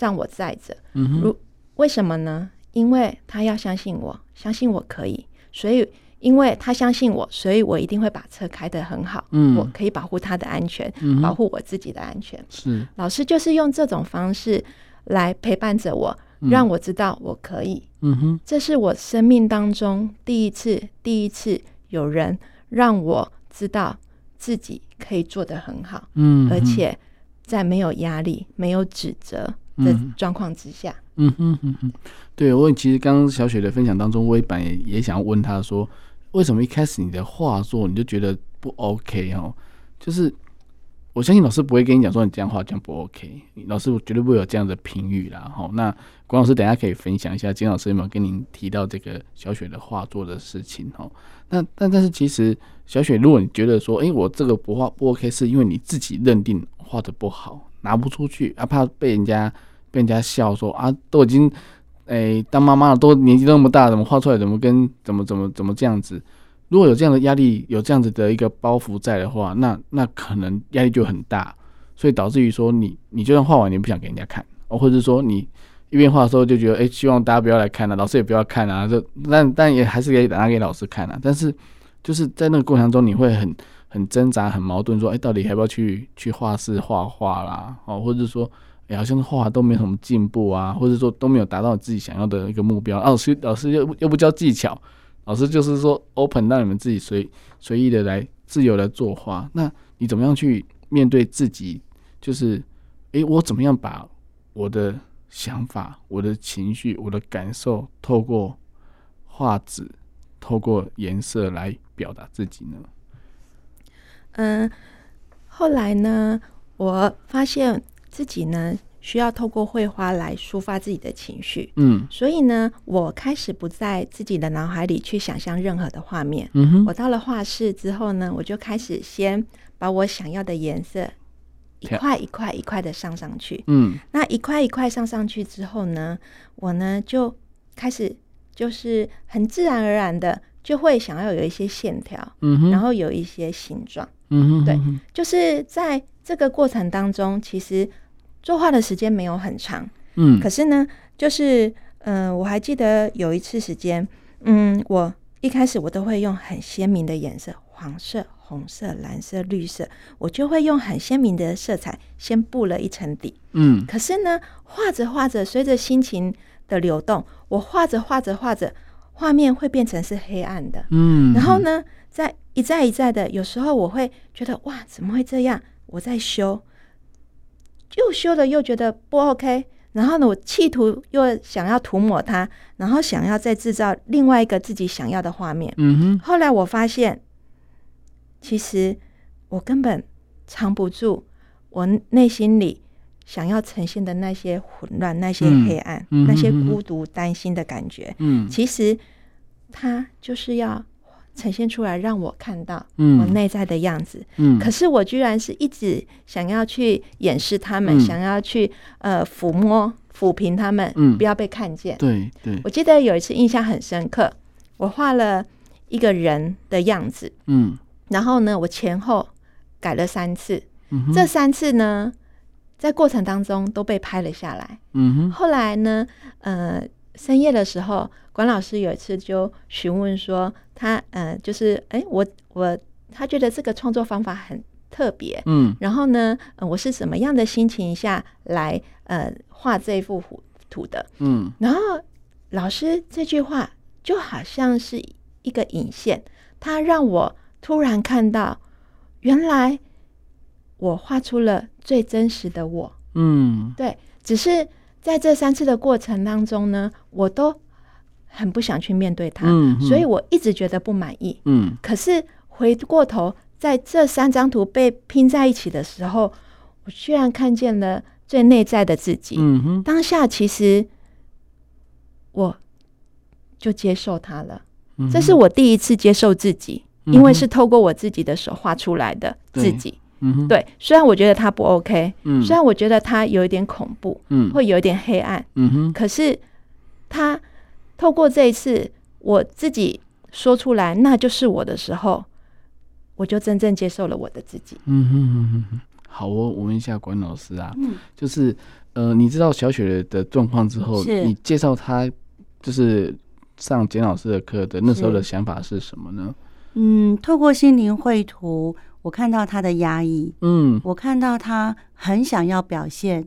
S3: 让我载着。
S1: 嗯哼
S3: 如为什么呢？因为他要相信我，相信我可以，所以因为他相信我，所以我一定会把车开得很好。
S1: 嗯
S3: 我可以保护他的安全，
S1: 嗯哼
S3: 保护我自己的安全。
S1: 嗯是
S3: 老师就是用这种方式来陪伴着我，
S1: 嗯
S3: 让我知道我可以。
S1: 嗯哼
S3: 这是我生命当中第一次，第一次有人让我知道自己可以做得很好，
S1: 嗯哼，
S3: 而且在没有压力、没有指责的
S1: 嗯
S3: 状况之下，
S1: 嗯哼嗯哼，对我其实刚刚小雪的分享当中，我也本来也想要问她说，为什么一开始你的画作你就觉得不 OK 哦？就是我相信老师不会跟你讲说你这样画这样不 OK，老师绝对不会有这样的评语啦。哈，那管老师等一下可以分享一下，金老师有没有跟您提到这个小雪的画作的事情哦？那但但是其实小雪，如果你觉得说，诶，我这个不画不 OK，是因为你自己认定画的不好，拿不出去啊，怕被人家被人家笑说啊，都已经诶、哎当妈妈了，都年纪那么大，怎么画出来怎么跟怎么怎么怎么这样子？如果有这样的压力，有这样子的一个包袱在的话，那那可能压力就很大，所以导致于说你你就算画完，你不想给人家看，哦，或者说你一边画的时候就觉得，哎、希望大家不要来看啊，老师也不要看啊，就但但也还是可以拿给老师看啊，但是就是在那个过程中，你会很很挣扎、很矛盾，说，哎、到底要不要去去画室画画啦，哦，或者说哎好像是画都没有什么进步啊，或者说都没有达到自己想要的一个目标。啊、老师老师又不又不教技巧，老师就是说 open 让你们自己随随意的来自由的作画。那你怎么样去面对自己？就是诶，我怎么样把我的想法、我的情绪、我的感受，透过画纸、透过颜色来表达自己呢？
S3: 嗯，后来呢，我发现自己呢需要透过绘画来抒发自己的情绪，
S1: 嗯
S3: 所以呢，我开始不在自己的脑海里去想象任何的画面。
S1: 嗯哼
S3: 我到了画室之后呢，我就开始先把我想要的颜色一
S1: 调
S3: 块一块一块的上上去。
S1: 嗯
S3: 那一块一块上上去之后呢，我呢就开始就是很自然而然的就会想要有一些线条，
S1: 嗯哼，
S3: 然后有一些形状。
S1: 嗯哼
S3: 对
S1: 嗯哼
S3: 就是在这个过程当中，其实作画的时间没有很长，
S1: 嗯
S3: 可是呢，就是嗯、呃我还记得有一次时间，嗯，我一开始我都会用很鲜明的颜色，黄色、红色、蓝色、绿色，我就会用很鲜明的色彩先布了一层底。
S1: 嗯
S3: 可是呢，画着画着，随着心情的流动，我画着画着画着，画面会变成是黑暗的。
S1: 嗯，
S3: 然后呢，在一再一再的，有时候我会觉得哇，怎么会这样？我在修，又修了又觉得不 OK，然后呢，我企图又想要涂抹它，然后想要再制造另外一个自己想要的画面。
S1: 嗯哼。
S3: 后来我发现，其实我根本藏不住我内心里想要呈现的那些混乱、那些
S1: 嗯
S3: 黑暗、
S1: 嗯哼
S3: 那些
S1: 嗯哼
S3: 孤独、担心的感觉。
S1: 嗯
S3: 其实它就是要呈现出来，让我看到
S1: 嗯
S3: 我内在的样子。
S1: 嗯，
S3: 可是我居然是一直想要去掩饰他们，
S1: 嗯
S3: 想要去呃抚摸、抚平他们，
S1: 嗯
S3: 不要被看见。
S1: 对对，
S3: 我记得有一次印象很深刻，我画了一个人的样子，
S1: 嗯
S3: 然后呢，我前后改了三次，
S1: 嗯哼
S3: 这三次呢，在过程当中都被拍了下来。
S1: 嗯哼
S3: 后来呢，呃，深夜的时候，管老师有一次就询问说，他呃，就是哎、诶我我他觉得这个创作方法很特别，
S1: 嗯
S3: 然后呢、呃我是什么样的心情下来呃画这幅图图的？
S1: 嗯
S3: 然后老师这句话就好像是一个引线，它让我突然看到，原来我画出了最真实的我。
S1: 嗯
S3: 对，只是在这三次的过程当中呢，我都很不想去面对它，
S1: 嗯
S3: 所以我一直觉得不满意。
S1: 嗯
S3: 可是回过头，在这三张图被拼在一起的时候，我居然看见了最内在的自己。
S1: 嗯哼
S3: 当下其实我就接受它了，
S1: 嗯
S3: 这是我第一次接受自己，
S1: 哼
S3: 因为是，透过我自己的手画出来的自己。
S1: 嗯哼，
S3: 对，虽然我觉得它不 OK，
S1: 嗯
S3: 虽然我觉得它有一点恐怖，
S1: 嗯
S3: 会有一点黑暗，
S1: 嗯哼，
S3: 可是他透过这一次我自己说出来，那就是我的时候，我就真正接受了我的自己。
S1: 嗯哼哼哼哼，好哦，我问一下管老师啊，
S2: 嗯，
S1: 就是呃，你知道小雪的状况之后，
S2: 是
S1: 你介绍她就是上简老师的课的那时候的
S2: 是
S1: 想法是什么呢？
S2: 嗯，透过心灵绘图，我看到他的压抑，
S1: 嗯
S2: 我看到他很想要表现，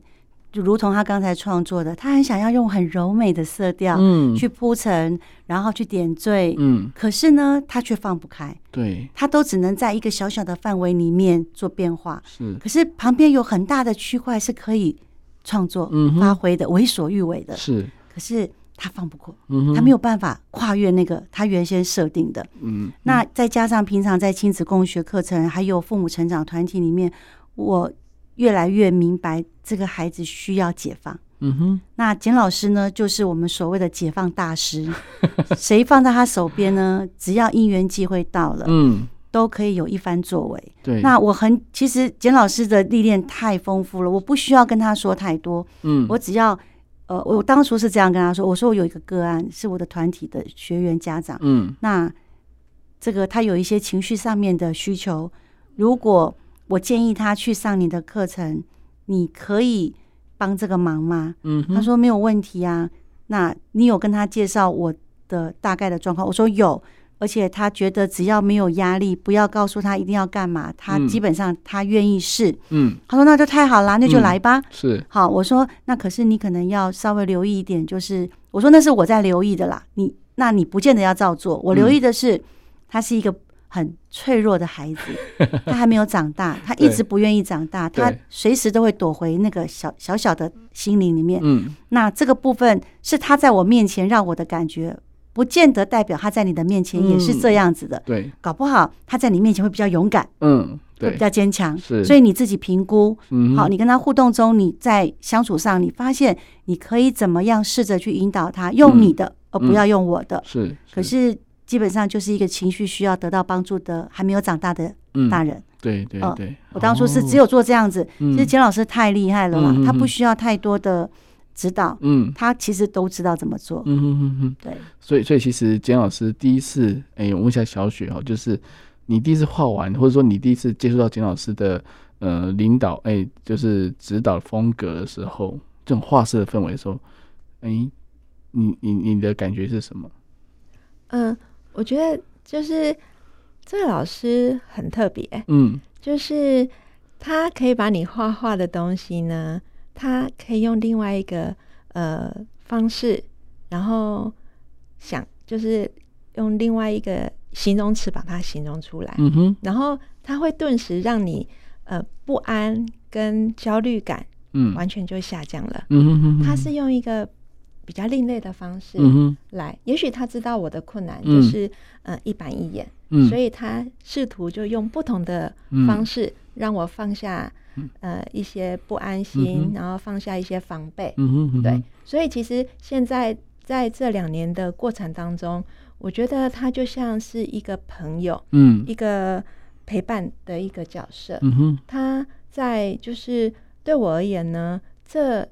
S2: 就如同他刚才创作的，他很想要用很柔美的色调
S1: 嗯
S2: 去铺陈，然后去点缀。
S1: 嗯，
S2: 可是呢，他却放不开，
S1: 对，
S2: 他都只能在一个小小的范围里面做变化。
S1: 是，
S2: 可是旁边有很大的区块是可以创作、
S1: 嗯哼
S2: 发挥的，为所欲为的。
S1: 是，
S2: 可是他放不过，
S1: 嗯哼，
S2: 他没有，办法跨越那个他原先设定的。
S1: 嗯，
S2: 那再加上平常在亲子共学课程，还有父母成长团体里面，我越来越明白这个孩子需要解放。
S1: 嗯哼，
S2: 那简老师呢，就是我们所谓的解放大师，谁放在他手边呢？只要因缘际会到了，
S1: 嗯，
S2: 都可以有一番作为。
S1: 对，
S2: 那我很，其实简老师的历练太丰富了，我不需要跟他说太多，
S1: 嗯，
S2: 我只要，呃，我当初是这样跟他说，我说我有一个个案是我的团体的学员家长，
S1: 嗯
S2: 那这个他有一些情绪上面的需求，如果我建议他去上你的课程，你可以帮这个忙吗？
S1: 嗯哼，
S2: 他说没有问题啊。那你有跟他介绍我的大概的状况？我说有，而且他觉得只要没有压力，不要告诉他一定要干嘛，他
S1: 嗯
S2: 基本上他愿意试。
S1: 嗯
S2: 他说那就太好啦，那就
S1: 嗯
S2: 来吧。
S1: 是，
S2: 好，我说那可是你可能要稍微留意一点，就是我说那是我在留意的啦，你那你不见得要照做。我留
S1: 嗯
S2: 意的是，他是一个很脆弱的孩子，他还没有长大，他一
S1: 对
S2: 直不愿意长大，他
S1: 对
S2: 随时都会躲回那个小小小的心灵里面。
S1: 嗯
S2: 那这个部分是他在我面前让我的感觉，不见得代表他在你的面前也是这
S1: 嗯
S2: 样子的。
S1: 对，
S2: 搞不好他在你面前会比较勇敢，
S1: 嗯
S2: 会
S1: 对
S2: 比，较坚强，
S1: 是
S2: 所以你自己评估。
S1: 嗯
S2: 好，，你跟他互动中，你在相处上，你发现你可以怎么样试着去引导他，用你的，而不要用我的。
S1: 嗯是，
S2: 可是基本上就是一个情绪需要得到帮助的还没有长大的
S1: 嗯
S2: 大人。
S1: 对对
S2: 呃
S1: 对，
S2: 我当初是
S1: 哦
S2: 只有做这样子，其实
S1: 嗯
S2: 简老师太厉害了啦，
S1: 嗯嗯嗯
S2: 他不需要太多的指导，
S1: 嗯
S2: 他其实都知道怎么做。
S1: 嗯哼哼哼。
S2: 对，
S1: 所以，所以其实简老师第一次，哎、我问一下小雪哦，就是你第一次画完，或者说你第一次接触到简老师的呃领导，哎、就是指导风格的时候，这种画室的氛围的时候，哎、你你你的感觉是什么？
S3: 嗯，我觉得就是这个老师很特别，
S1: 嗯
S3: 就是他可以把你画画的东西呢，他可以用另外一个呃方式，然后想就是用另外一个形容词把它形容出来。
S1: 嗯哼，
S3: 然后它会顿时让你呃不安跟焦虑感
S1: 嗯
S3: 完全就下降了。
S1: 嗯哼哼哼，
S3: 他是用一个比较另类的方式
S1: 嗯哼
S3: 来，也许他知道我的困难
S1: 嗯
S3: 就是嗯、呃一板一眼，
S1: 嗯，
S3: 所以他试图就用不同的方式让我放下呃一些不安
S1: 嗯
S3: 心
S1: 哼，
S3: 然后放下一些防备。
S1: 嗯哼哼
S3: 对，，所以其实现在在这两年的过程当中，我觉得他就像是一个朋友，
S1: 嗯
S3: 一个陪伴的一个角色。
S1: 嗯哼
S3: 他在就是对我而言呢，这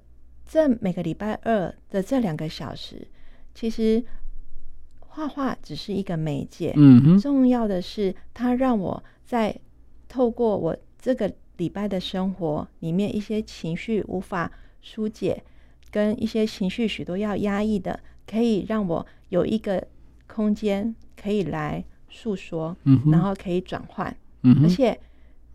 S3: 这每个礼拜二的这两个小时，其实画画只是一个媒介，
S1: 嗯哼
S3: 重要的是它让我在透过我这个礼拜的生活里面一些情绪无法疏解，跟一些情绪许多要压抑的，可以让我有一个空间可以来诉说。
S1: 嗯哼，
S3: 然后可以转换，
S1: 嗯
S3: 而
S1: 哼
S3: 且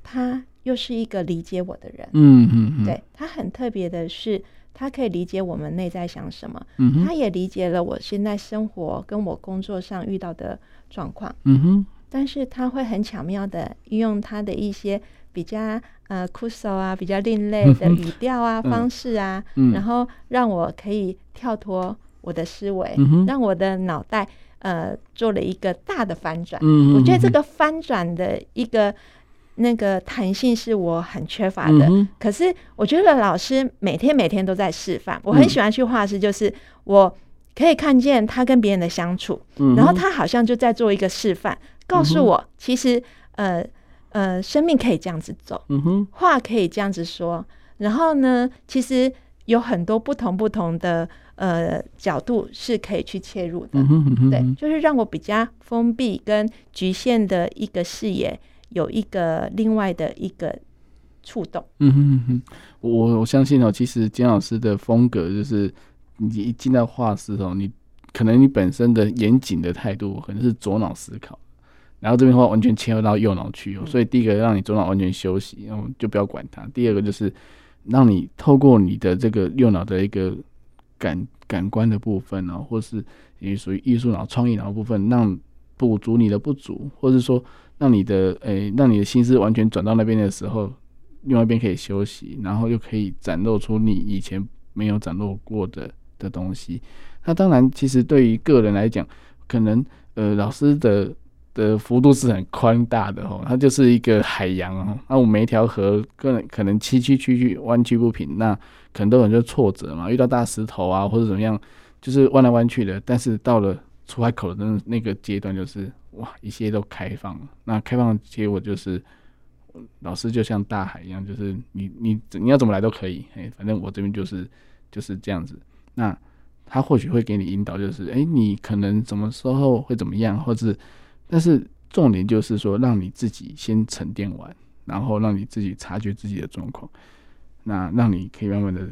S3: 他又是一个理解我的人。
S1: 嗯哼哼，
S3: 对他很特别的是，他可以理解我们内在想什么，
S1: 嗯哼
S3: 他也理解了我现在生活跟我工作上遇到的状况，
S1: 嗯哼
S3: 但是他会很巧妙的运用他的一些比较呃酷手啊、比较另类的
S1: 嗯哼
S3: 语调啊、
S1: 嗯
S3: 方式啊，
S1: 嗯
S3: 然后让我可以跳脱我的思维，
S1: 嗯哼
S3: 让我的脑袋呃做了一个大的翻转。
S1: 嗯哼，
S3: 我觉得这
S1: 嗯
S3: 个翻转的一个那个弹性是我很缺乏
S1: 嗯
S3: 的。
S1: 哼
S3: 可是我觉得老师每天每天都在示范，我很
S1: 嗯
S3: 喜欢去画室，就是我可以看见他跟别人的相处，
S1: 嗯哼，
S3: 然后他好像就在做一个示范，告
S1: 嗯
S3: 诉
S1: 哼
S3: 我，其实呃呃，生命可以这样子走，
S1: 嗯哼，
S3: 话可以这样子说。然后呢，其实有很多不同不同的呃角度是可以去切入的。
S1: 嗯哼，嗯哼，
S3: 对
S1: 嗯，
S3: 就是让我比较封闭跟局限的一个视野，有一个另外的一个触动。
S1: 哼，嗯哼，我我相信哦，其实金老师的风格就是，你一进到画室哦，你可能你本身的严谨的态度可能是左脑思考，然后这边的话完全切入到右脑去哦，所以第一个让你左脑完全休息，然后就不要管它；第二个就是让你透过你的这个右脑的一个感感官的部分呢、或是也属于艺术脑、创意脑的部分，让补足你的不足，或是说让你的诶、让你的心思完全转到那边的时候，另外一边可以休息，然后又可以展露出你以前没有展露过的的东西。那当然，其实对于个人来讲，可能呃老师的的幅度是很宽大的哦，它就是一个海洋哦。那啊我每一条河可能呃可能崎岖曲曲、弯曲不平，那可能都有很多挫折嘛，遇到大石头啊或者怎么样，就是弯来弯去的。但是到了出海口的那那个阶段，就是哇，一切都开放了。那开放的结果就是。老师就像大海一样，就是你你你要怎么来都可以，哎，反正我这边就是就是这样子。那他或许会给你引导，就是哎、诶你可能什么时候会怎么样，或是但是重点就是说，让你自己先沉淀完，然后让你自己察觉自己的状况，那让你可以慢慢的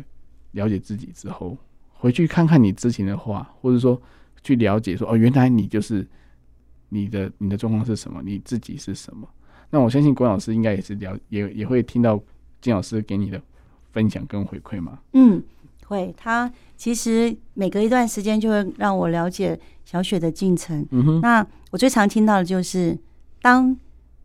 S1: 了解自己之后，回去看看你之前的话，或者说去了解说哦，原来你就是你的你的状况是什么，你自己是什么。那我相信关老师应该也是了，也也会听到金老师给你的分享跟回馈嘛。
S2: 嗯，会。他其实每隔一段时间就会让我了解小雪的进程。
S1: 嗯哼，
S2: 那我最常听到的就是，当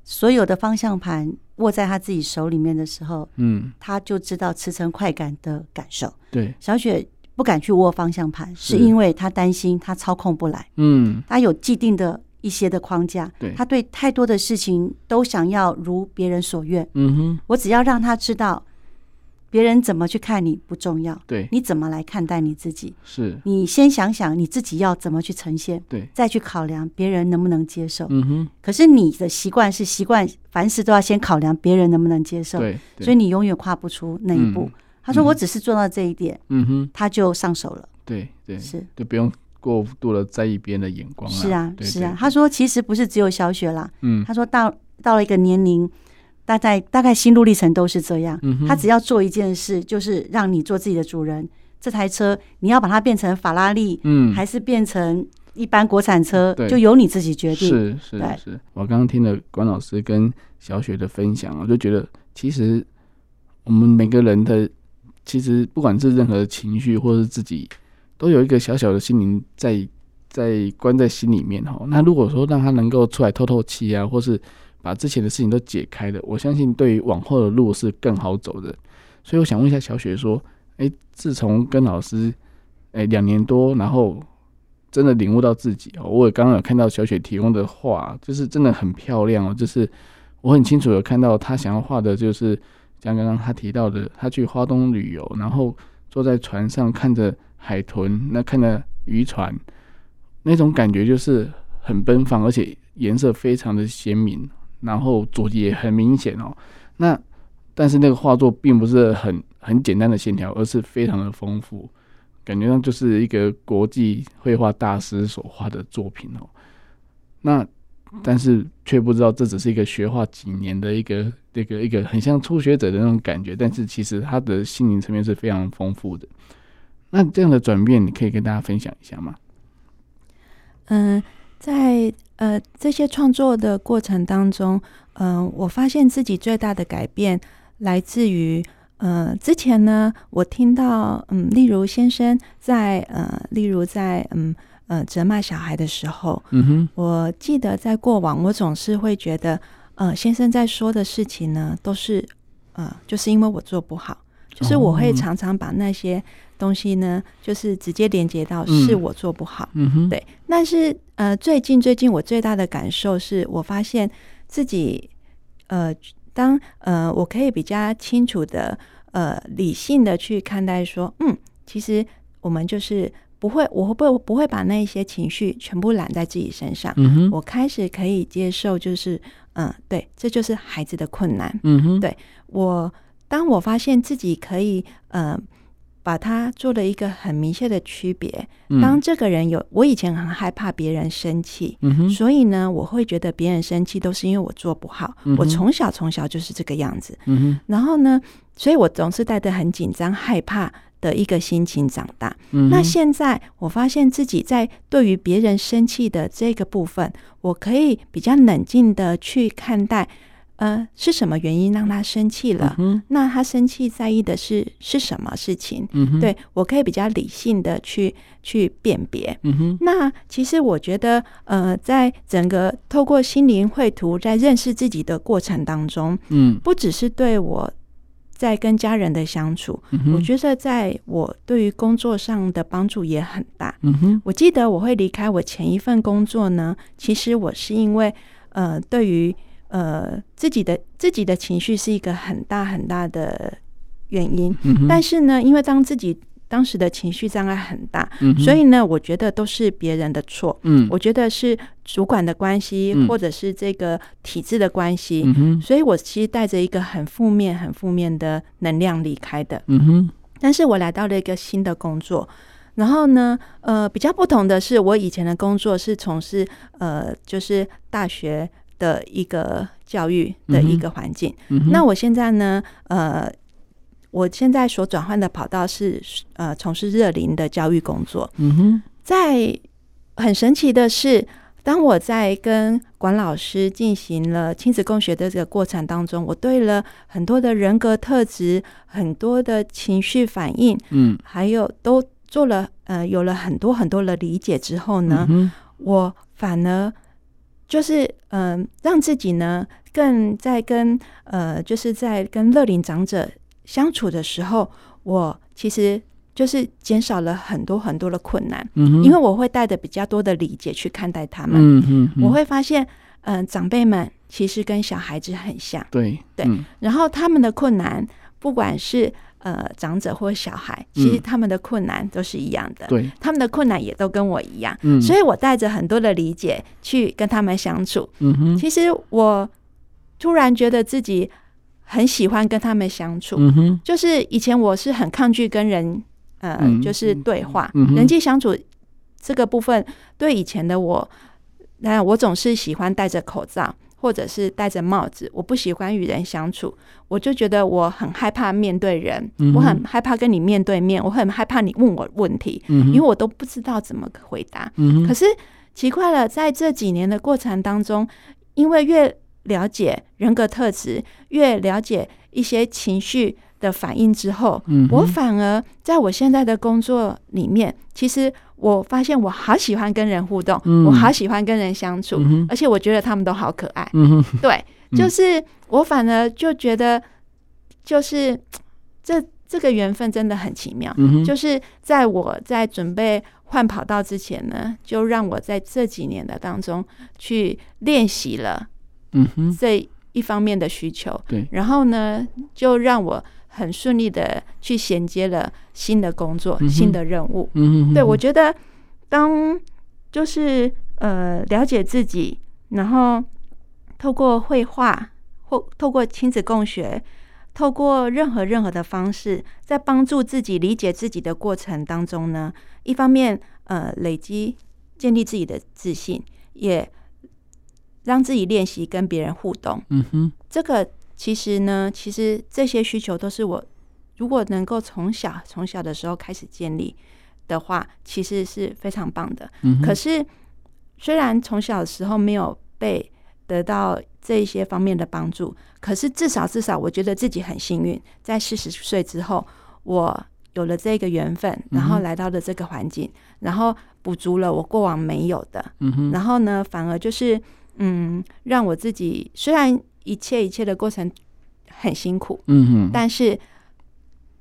S2: 所有的方向盘握在他自己手里面的时候，
S1: 嗯，
S2: 他就知道驰骋快感的感受。
S1: 对，
S2: 小雪不敢去握方向盘，
S1: 是
S2: 是因为她担心她操控不来，
S1: 嗯，
S2: 她有既定的一些的框架
S1: 对，
S2: 她对太多的事情都想要如别人所愿。
S1: 嗯哼，
S2: 我只要让她知道，别人怎么去看你不重要，
S1: 对，
S2: 你怎么来看待你自己？
S1: 是，
S2: 你先想想你自己要怎么去呈现，
S1: 对，
S2: 再去考量别人能不能接受。
S1: 嗯哼，
S2: 可是你的习惯是习惯，凡事都要先考量别人能不能接受，
S1: 对，
S2: 所以你永远跨不出那一步
S1: 嗯。
S2: 他说：“
S1: 嗯
S2: 我只是做到这一点，
S1: 嗯哼，
S2: 他就上手了。
S1: 对对，
S2: 是
S1: 就不用过度的在意别人的眼光
S2: 是啊，
S1: 对
S2: 是
S1: 对
S2: 啊。他说：“其实不是只有小雪啦，
S1: 嗯
S2: 他说到到了一个年龄，大概大概心路历程都是这样。
S1: 嗯哼，
S2: 他只要做一件事，就是让你做自己的主人。这台车你要把它变成法拉利，
S1: 嗯
S2: 还是变成一般国产车
S1: 对，
S2: 就由你自己决定。
S1: 是是
S2: 对
S1: 是，我刚刚听了关老师跟小雪的分享，我就觉得其实我们每个人的其实不管是任何情绪或是自己，都有一个小小的心灵在在关在心里面哈。那如果说让他能够出来透透气啊，或是把之前的事情都解开了，我相信对于往后的路是更好走的。所以我想问一下小雪说，哎、自从跟老师哎两、年多，然后真的领悟到自己哦。我也刚刚有看到小雪提供的画，就是真的很漂亮哦。就是我很清楚有看到她想要画的，就是像刚刚她提到的，她去花东旅游，然后坐在船上看着海豚，那看着渔船，那种感觉就是很奔放，而且颜色非常的鲜明，然后主题也很明显哦。那但是那个画作并不是很很简单的线条，而是非常的丰富。感觉上就是一个国际绘画大师所画的作品哦。那但是却不知道这只是一个学画几年的一个这个一个很像初学者的那种感觉，但是其实他的心灵层面是非常丰富的。那这样的转变，你可以跟大家分享一下吗？
S3: 嗯，在呃这些创作的过程当中，嗯、我发现自己最大的改变来自于。呃，之前呢，我听到，嗯，例如先生在，呃，例如在，嗯，呃，责骂小孩的时候，
S1: 嗯哼，
S3: 我记得在过往，我总是会觉得，呃，先生在说的事情呢，都是，呃，就是因为我做不好，就是我会
S1: 哦
S3: 常常把那些东西呢，就是直接连接到
S1: 嗯
S3: 是我做不好。
S1: 嗯哼，
S3: 对，但是呃，最近最近我最大的感受是我发现自己，呃，当呃我可以比较清楚的呃理性的去看待说，嗯，其实我们就是不会，我会不会不会把那些情绪全部揽在自己身上？
S1: 嗯哼，
S3: 我开始可以接受，就是嗯，对，这就是孩子的困难。
S1: 嗯哼，
S3: 对我当我发现自己可以呃把它做了一个很明确的区别，
S1: 嗯
S3: 当这个人有，我以前很害怕别人生气。
S1: 嗯哼，
S3: 所以呢，我会觉得别人生气都是因为我做不好。
S1: 嗯哼
S3: 我从小从小就是这个样子，
S1: 嗯哼，
S3: 然后呢，所以我总是带着很紧张、害怕的一个心情长大。
S1: 嗯哼
S3: 那现在我发现自己在对于别人生气的这个部分，我可以比较冷静的去看待，呃，是什么原因让他生气了？
S1: 嗯哼
S3: 那他生气在意的是是什么事情？
S1: 嗯哼，
S3: 对我可以比较理性的去去辨别。
S1: 嗯哼，
S3: 那其实我觉得，呃，在整个透过心灵绘图，在认识自己的过程当中，
S1: 嗯
S3: 不只是对我在跟家人的相处，
S1: 嗯哼，
S3: 我觉得在我对于工作上的帮助也很大。
S1: 嗯哼，
S3: 我记得我会离开我前一份工作呢，其实我是因为呃，对于呃自己的自己的情绪是一个很大很大的原因。
S1: 嗯哼，
S3: 但是呢，因为当自己当时的情绪障碍很大，
S1: 嗯哼
S3: 所以呢，我觉得都是别人的错。
S1: 嗯，
S3: 我觉得是主管的关系
S1: 嗯，
S3: 或者是这个体制的关系。
S1: 嗯哼，
S3: 所以我其实带着一个很负面、很负面的能量离开的。
S1: 嗯哼，
S3: 但是我来到了一个新的工作，然后呢，呃，比较不同的是，我以前的工作是从事呃，就是大学的一个教育的一个环境。
S1: 嗯哼，
S3: 那我现在呢，呃。我现在所转换的跑道是呃从事热龄的教育工作，
S1: 嗯哼，
S3: 在很神奇的是，当我在跟管老师进行了亲子共学的这个过程当中，我对了很多的人格特质、很多的情绪反应，
S1: 嗯，
S3: 还有都做了呃有了很多很多的理解之后呢，
S1: 嗯哼，
S3: 我反而就是嗯、让自己呢更在跟呃就是在跟乐龄长者相处的时候，我其实就是减少了很多很多的困难。
S1: 嗯哼，
S3: 因为我会带着比较多的理解去看待他们，
S1: 嗯哼，嗯
S3: 我会发现，嗯、长辈们其实跟小孩子很像，
S1: 对
S3: 对
S1: 嗯
S3: 然后他们的困难，不管是呃长者或小孩，其实
S1: 嗯
S3: 他们的困难都是一样的，
S1: 对，
S3: 他们的困难也都跟我一样，
S1: 嗯，
S3: 呃所
S1: 以
S3: 以我带着很多的理解去跟他们相处。
S1: 嗯哼，
S3: 其实我突然觉得自己很喜欢跟他们相处，
S1: 嗯哼，
S3: 就是以前我是很抗拒跟人，呃，
S1: 嗯
S3: 就是对话、
S1: 嗯哼
S3: 人际相处这个部分，对以前的我，那我总是喜欢戴着口罩或者是戴着帽子，我不喜欢与人相处，我就觉得我很害怕面对人，
S1: 嗯哼
S3: 我很害怕跟你面对面，我很害怕你问我问题，
S1: 嗯哼，
S3: 因为我都不知道怎么回答。
S1: 嗯哼，
S3: 可是奇怪了，在这几年的过程当中，因为越了解人格特质，越了解一些情绪的反应之后，
S1: 嗯哼
S3: 我反而在我现在的工作里面，其实我发现我好喜欢跟人互动，
S1: 嗯
S3: 我好喜欢跟人相处，
S1: 嗯哼，
S3: 而且我觉得他们都好可爱。
S1: 嗯哼，
S3: 对，
S1: 嗯
S3: 就是我反而就觉得，就是这这个缘分真的很奇妙。
S1: 嗯哼，
S3: 就是在我在准备换跑道之前呢，就让我在这几年的当中去练习了
S1: 嗯哼，
S3: 这一方面的需求，
S1: 对，
S3: 然后呢，就让我很顺利的去衔接了新的工作、
S1: 嗯哼
S3: 新的任务。
S1: 嗯哼，
S3: 对我觉得，当就是呃了解自己，然后透过绘画或透过亲子共学，透过任何任何的方式，在帮助自己理解自己的过程当中呢，一方面呃累积建立自己的自信，也让自己练习跟别人互动。
S1: 嗯哼，
S3: 这个其实呢，其实这些需求都是我如果能够从小从小的时候开始建立的话，其实是非常棒的。
S1: 嗯哼，
S3: 可
S1: 是，
S3: 是虽然从小的时候没有被得到这一些方面的帮助，可是至少至少，我觉得自己很幸运，在四十岁之后，我有了这个缘分，
S1: 嗯
S3: 然后
S1: 哼
S3: 来到了这个环境，然后补足了我过往没有的，
S1: 嗯哼，
S3: 然后呢，反而就是嗯，让我自己虽然一切一切的过程很辛苦，
S1: 嗯哼，
S3: 但是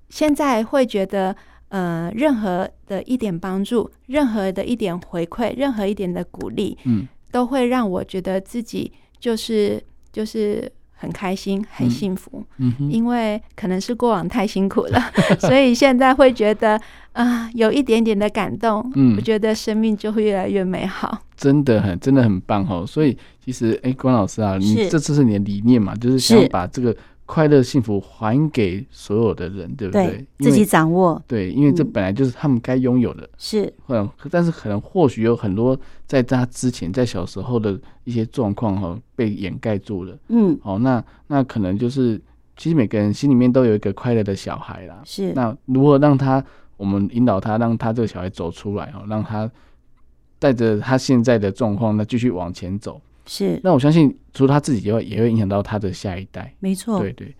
S3: 现在会觉得，呃，任何的一点帮助，任何的一点回馈，任何一点的鼓励，
S1: 嗯
S3: 都会让我觉得自己就是就是很开心，很
S1: 嗯
S3: 幸福，
S1: 嗯哼，
S3: 因为可能是过往太辛苦 了，所以现在会觉得啊、有一点点的感动。
S1: 嗯
S3: 我觉得生命就会越来越美好。
S1: 真的很真的很棒哦。所以其实，哎、关老师啊，你
S2: 是
S1: 这次是你的理念嘛，就是想
S2: 是
S1: 把这个快乐幸福还给所有的人，对不
S2: 对
S1: 因
S2: 自己
S1: 为
S2: 掌握
S1: 对，因为这
S2: 嗯
S1: 本来就是他们该拥有的。
S2: 是
S1: 嗯，但是可能或许有很多在他之前在小时候的一些状况哈被掩盖住了。
S2: 嗯
S1: 哦，那那可能就是其实每个人心里面都有一个快乐的小孩啦。
S2: 是
S1: 那如何让他，我们引导他，让他这个小孩走出来哦，让他带着他现在的状况，那继续往前走。
S2: 是
S1: 那我相信，除了他自己以外，也会影响到他的下一代。
S2: 没错。
S1: 对对，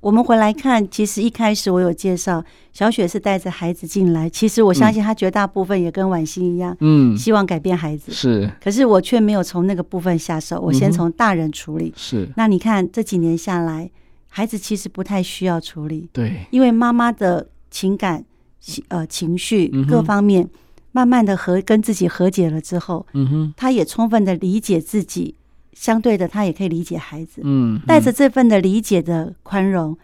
S2: 我们回来看，其实一开始我有介绍，小雪是带着孩子进来，其实我相信她绝大部分也跟婉欣一样，
S1: 嗯，
S2: 希望改变孩子。
S1: 是
S2: 可是我却没有从那个部分下手，我
S1: 嗯
S2: 先
S1: 哼
S2: 从大人处理。
S1: 是，
S2: 那你看这几年下来，孩子其实不太需要处理，
S1: 对，
S2: 因为妈妈的情感、情呃情绪
S1: 嗯哼
S2: 各方面，慢慢的和跟自己和解了之后，
S1: 嗯哼，
S2: 他也充分的理解自己，相对的他也可以理解孩子，
S1: 嗯，
S2: 带着这份的理解的宽容，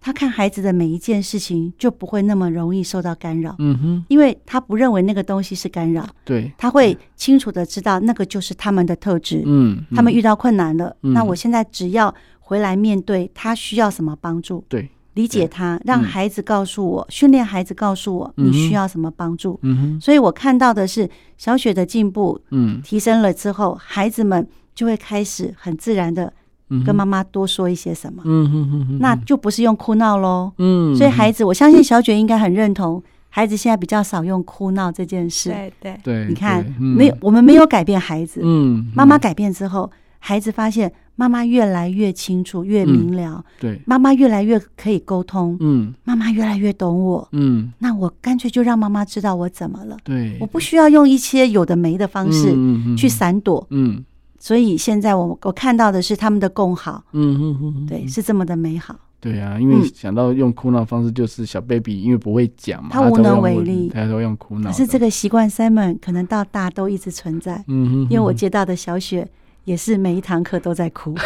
S2: 他看孩子的每一件事情就不会那么容易受到干扰，
S1: 嗯，嗯哼，
S2: 因为他不认为那个东西是干扰，
S1: 对，
S2: 他会清楚的知道那个就是他们的特质，
S1: 嗯，
S2: 他们
S1: 嗯
S2: 遇到困难了，
S1: 嗯
S2: 那我现在只要回来面对他需要什么帮助，
S1: 对，嗯
S2: 理解他，让孩子告诉我，训练孩子告诉我
S1: 嗯哼
S2: 你需要什么帮助。
S1: 嗯哼，
S2: 所以我看到的是小雪的进步
S1: 嗯
S2: 提升了之后，孩子们就会开始很自然的
S1: 嗯哼，
S2: 跟妈妈多说一些什么，
S1: 嗯哼哼哼，
S2: 那就不是用哭闹喽。
S1: 嗯，
S2: 所以孩子，我相信小雪应该很认同，孩子现在比较少用哭闹这件事。
S3: 对对，
S1: 嗯对，
S2: 你看
S1: 对，
S2: 没有，，我们没有改变孩子，
S1: 嗯嗯，
S2: 妈妈改变之后，孩子发现妈妈越来越清楚、越
S1: 嗯
S2: 明了，
S1: 对，
S2: 妈妈越来越可以沟通，
S1: 嗯
S2: 妈妈越来越懂我。
S1: 嗯，
S2: 那我干脆就让妈妈知道我怎么了，
S1: 对，
S2: 我不需要用一些有的没的方式
S1: 嗯
S2: 去，闪躲。
S1: 嗯
S2: 所以现在我我看到的是他们的共好，
S1: 嗯嗯嗯嗯，
S2: 对，是这么的美好。
S1: 对啊，因为
S2: 嗯
S1: 想到用哭闹方式，就是小 baby 因为不会讲嘛，
S2: 他
S1: 都
S2: 无能
S1: 用
S2: 为
S1: 哭
S2: 力
S1: 他都用哭闹
S2: 可
S1: 的。
S2: 是这个习惯，Simon 可能到大都一直存在，
S1: 嗯哼，嗯
S2: 因为我
S1: 嗯
S2: 接到的小雪也是每一堂课都在 哭，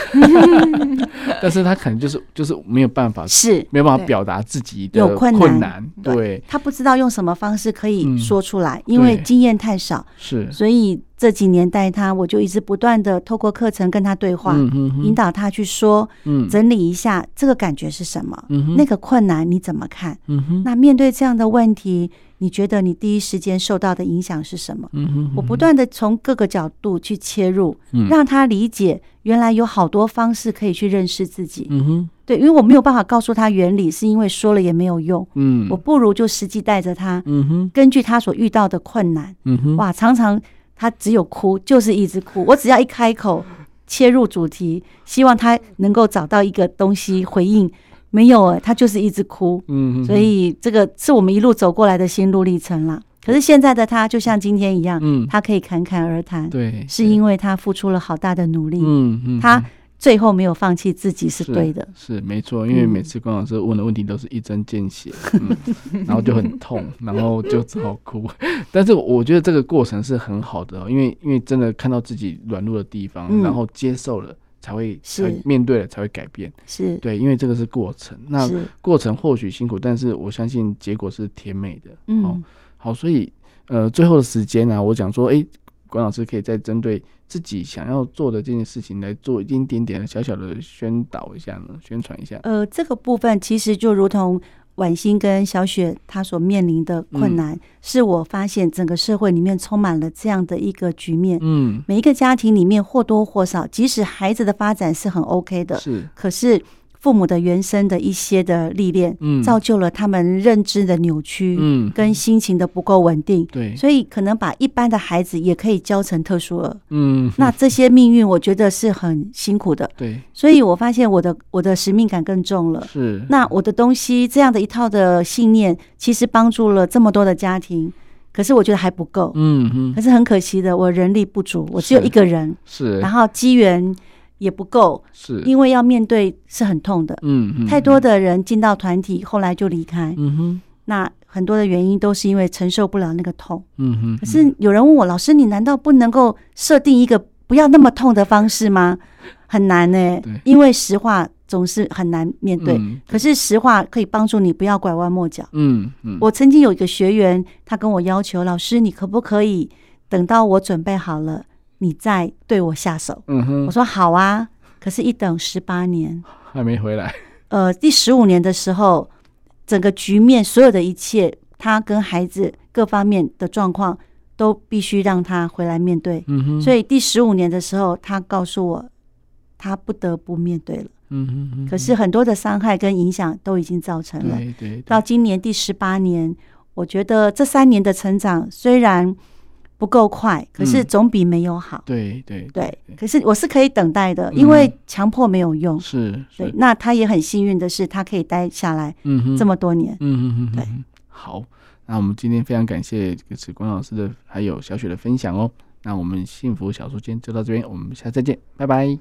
S1: 但是他可能就是就是没有办法，
S2: 是
S1: 没有办法
S3: 对
S1: 表达自己的
S2: 有困
S1: 困
S2: 难
S1: 对，
S2: 她不知道用什么方式可
S1: 嗯
S2: 以说出来，因为
S1: 对嗯
S2: 经验太少。
S1: 是，
S2: 所以这几年带他，我就一直不断的透过课程跟他对话，
S1: 嗯哼哼
S2: 引导他去说，
S1: 嗯
S2: 整理一下这个感觉是什么，
S1: 嗯哼
S2: 那个困难你怎么看？
S1: 嗯哼
S2: 那面对这样的问题，你觉得你第一时间受到的影响是什么？
S1: 嗯哼，
S2: 我不断的从各个角度去切入，
S1: 嗯
S2: 让他理解原来有好多方式可以去认识自己。
S1: 嗯哼
S2: 对，因为我没有办法告诉他原理，是因为说了也没有用，
S1: 嗯
S2: 我不如就实际带着他，
S1: 嗯哼
S2: 根据他所遇到的困难。
S1: 嗯哼
S2: 哇，常常他只有哭，就是一直哭。我只要一开口切入主题，希望他能够找到一个东西回应，没有哎、他就是一直哭。
S1: 嗯哼，
S2: 所以这个是我们一路走过来的心路历程啦。可是现在的他，就像今天一样，
S1: 嗯
S2: 他可以侃侃而谈，
S1: 对
S2: 是因为他付出了好大的努力，
S1: 嗯嗯
S2: 他
S1: 嗯
S2: 最后没有放弃自己是
S1: 是
S2: 对的。
S1: 是没错，因为
S2: 嗯
S1: 每次关老师问的问题都是一针见血，嗯，然后就很 痛，然后就只好哭。但是我觉得这个过程是很好的哦、因为因为真的看到自己软弱的地方，
S2: 嗯
S1: 然后接受了，才会才
S2: 是
S1: 会面对了，才会改变。
S2: 是
S1: 对，因为这个是过程。那
S2: 是，
S1: 过程或许辛苦，但是我相信结果是甜美的。哦
S2: 嗯，
S1: 好，所以呃，最后的时间呢、我想说，诶，管老师可以再针对自己想要做的这件事情来做一点点点的小小的宣导一下呢，宣传一下。
S2: 呃，这个部分其实就如同婉欣跟小雪她所面临的
S1: 嗯
S2: 困难，是我发现整个社会里面充满了这样的一个局面。
S1: 嗯，
S2: 每一个家庭里面或多或少，即使孩子的发展是很 OK 的，
S1: 是，
S2: 可是父母的原生的一些的历练，
S1: 嗯，
S2: 造就了他们认知的扭曲、
S1: 嗯，
S2: 跟心情的不够稳定，
S1: 对，
S2: 所以可能把一般的孩子也可以教成特殊儿。
S1: 嗯，
S2: 那这些命运，我觉得是很辛苦的。
S1: 对，
S2: 所以我发现我的我的使命感更重了。
S1: 是，
S2: 呃那我的东西这样的一套的信念，其实帮助了这么多的家庭，可是我觉得还不够。
S1: 嗯嗯
S2: 可，是很可惜的，我人力不足，我只有
S1: 是
S2: 一个人，
S1: 是，
S2: 然后机缘也不够，
S1: 是，
S2: 因为要面对是很痛的。
S1: 嗯嗯，
S2: 太多的人进到团体，后来就离开，
S1: 嗯，嗯哼，
S2: 那很多的原因都是因为承受不了那个痛。
S1: 嗯哼，
S2: 可是有人问我，老师，你难道不能够设定一个不要那么痛的方式吗？很难呢、
S1: 对
S2: 因为实话总是很难面对。
S1: 嗯
S2: 可是实话可以帮助你不要拐弯抹角。
S1: 嗯嗯，
S2: 我曾经有一个学员，他跟我要求老师，你可不可以等到我准备好了，你再对我下手？
S1: 嗯哼
S2: 我，说好啊，可是，一等十八年，
S1: 还没回来，
S2: 呃，第十五年的时候，整个局面所有的一切，他跟孩子各方面的状况，都必须让他回来面对。
S1: 嗯哼，
S2: 所
S1: 以
S2: 以第十五年的时候，他告诉我，他不得不面对了。
S1: 嗯哼嗯哼，
S2: 可是很多的伤害跟影响都已经造成了。
S1: 对对
S2: 到
S1: 对，
S2: 今年第十八年，我觉得这三年的成长虽然不够快，可是
S1: 嗯
S2: 总比没有好。
S1: 对对
S2: 对
S1: 对，
S2: 可是我是可以等待的，
S1: 嗯
S2: 因为强迫没有用。
S1: 是
S2: 对
S1: 是，，
S2: 那他也很幸运的是，他可以待下来
S1: 嗯哼，
S2: 这么多年。
S1: 嗯嗯嗯，
S2: 对
S1: 嗯，好，那我们今天非常感谢这个史光老师的还有小雪的分享哦。那我们幸福小书间就到这边，我们下次再见，拜拜。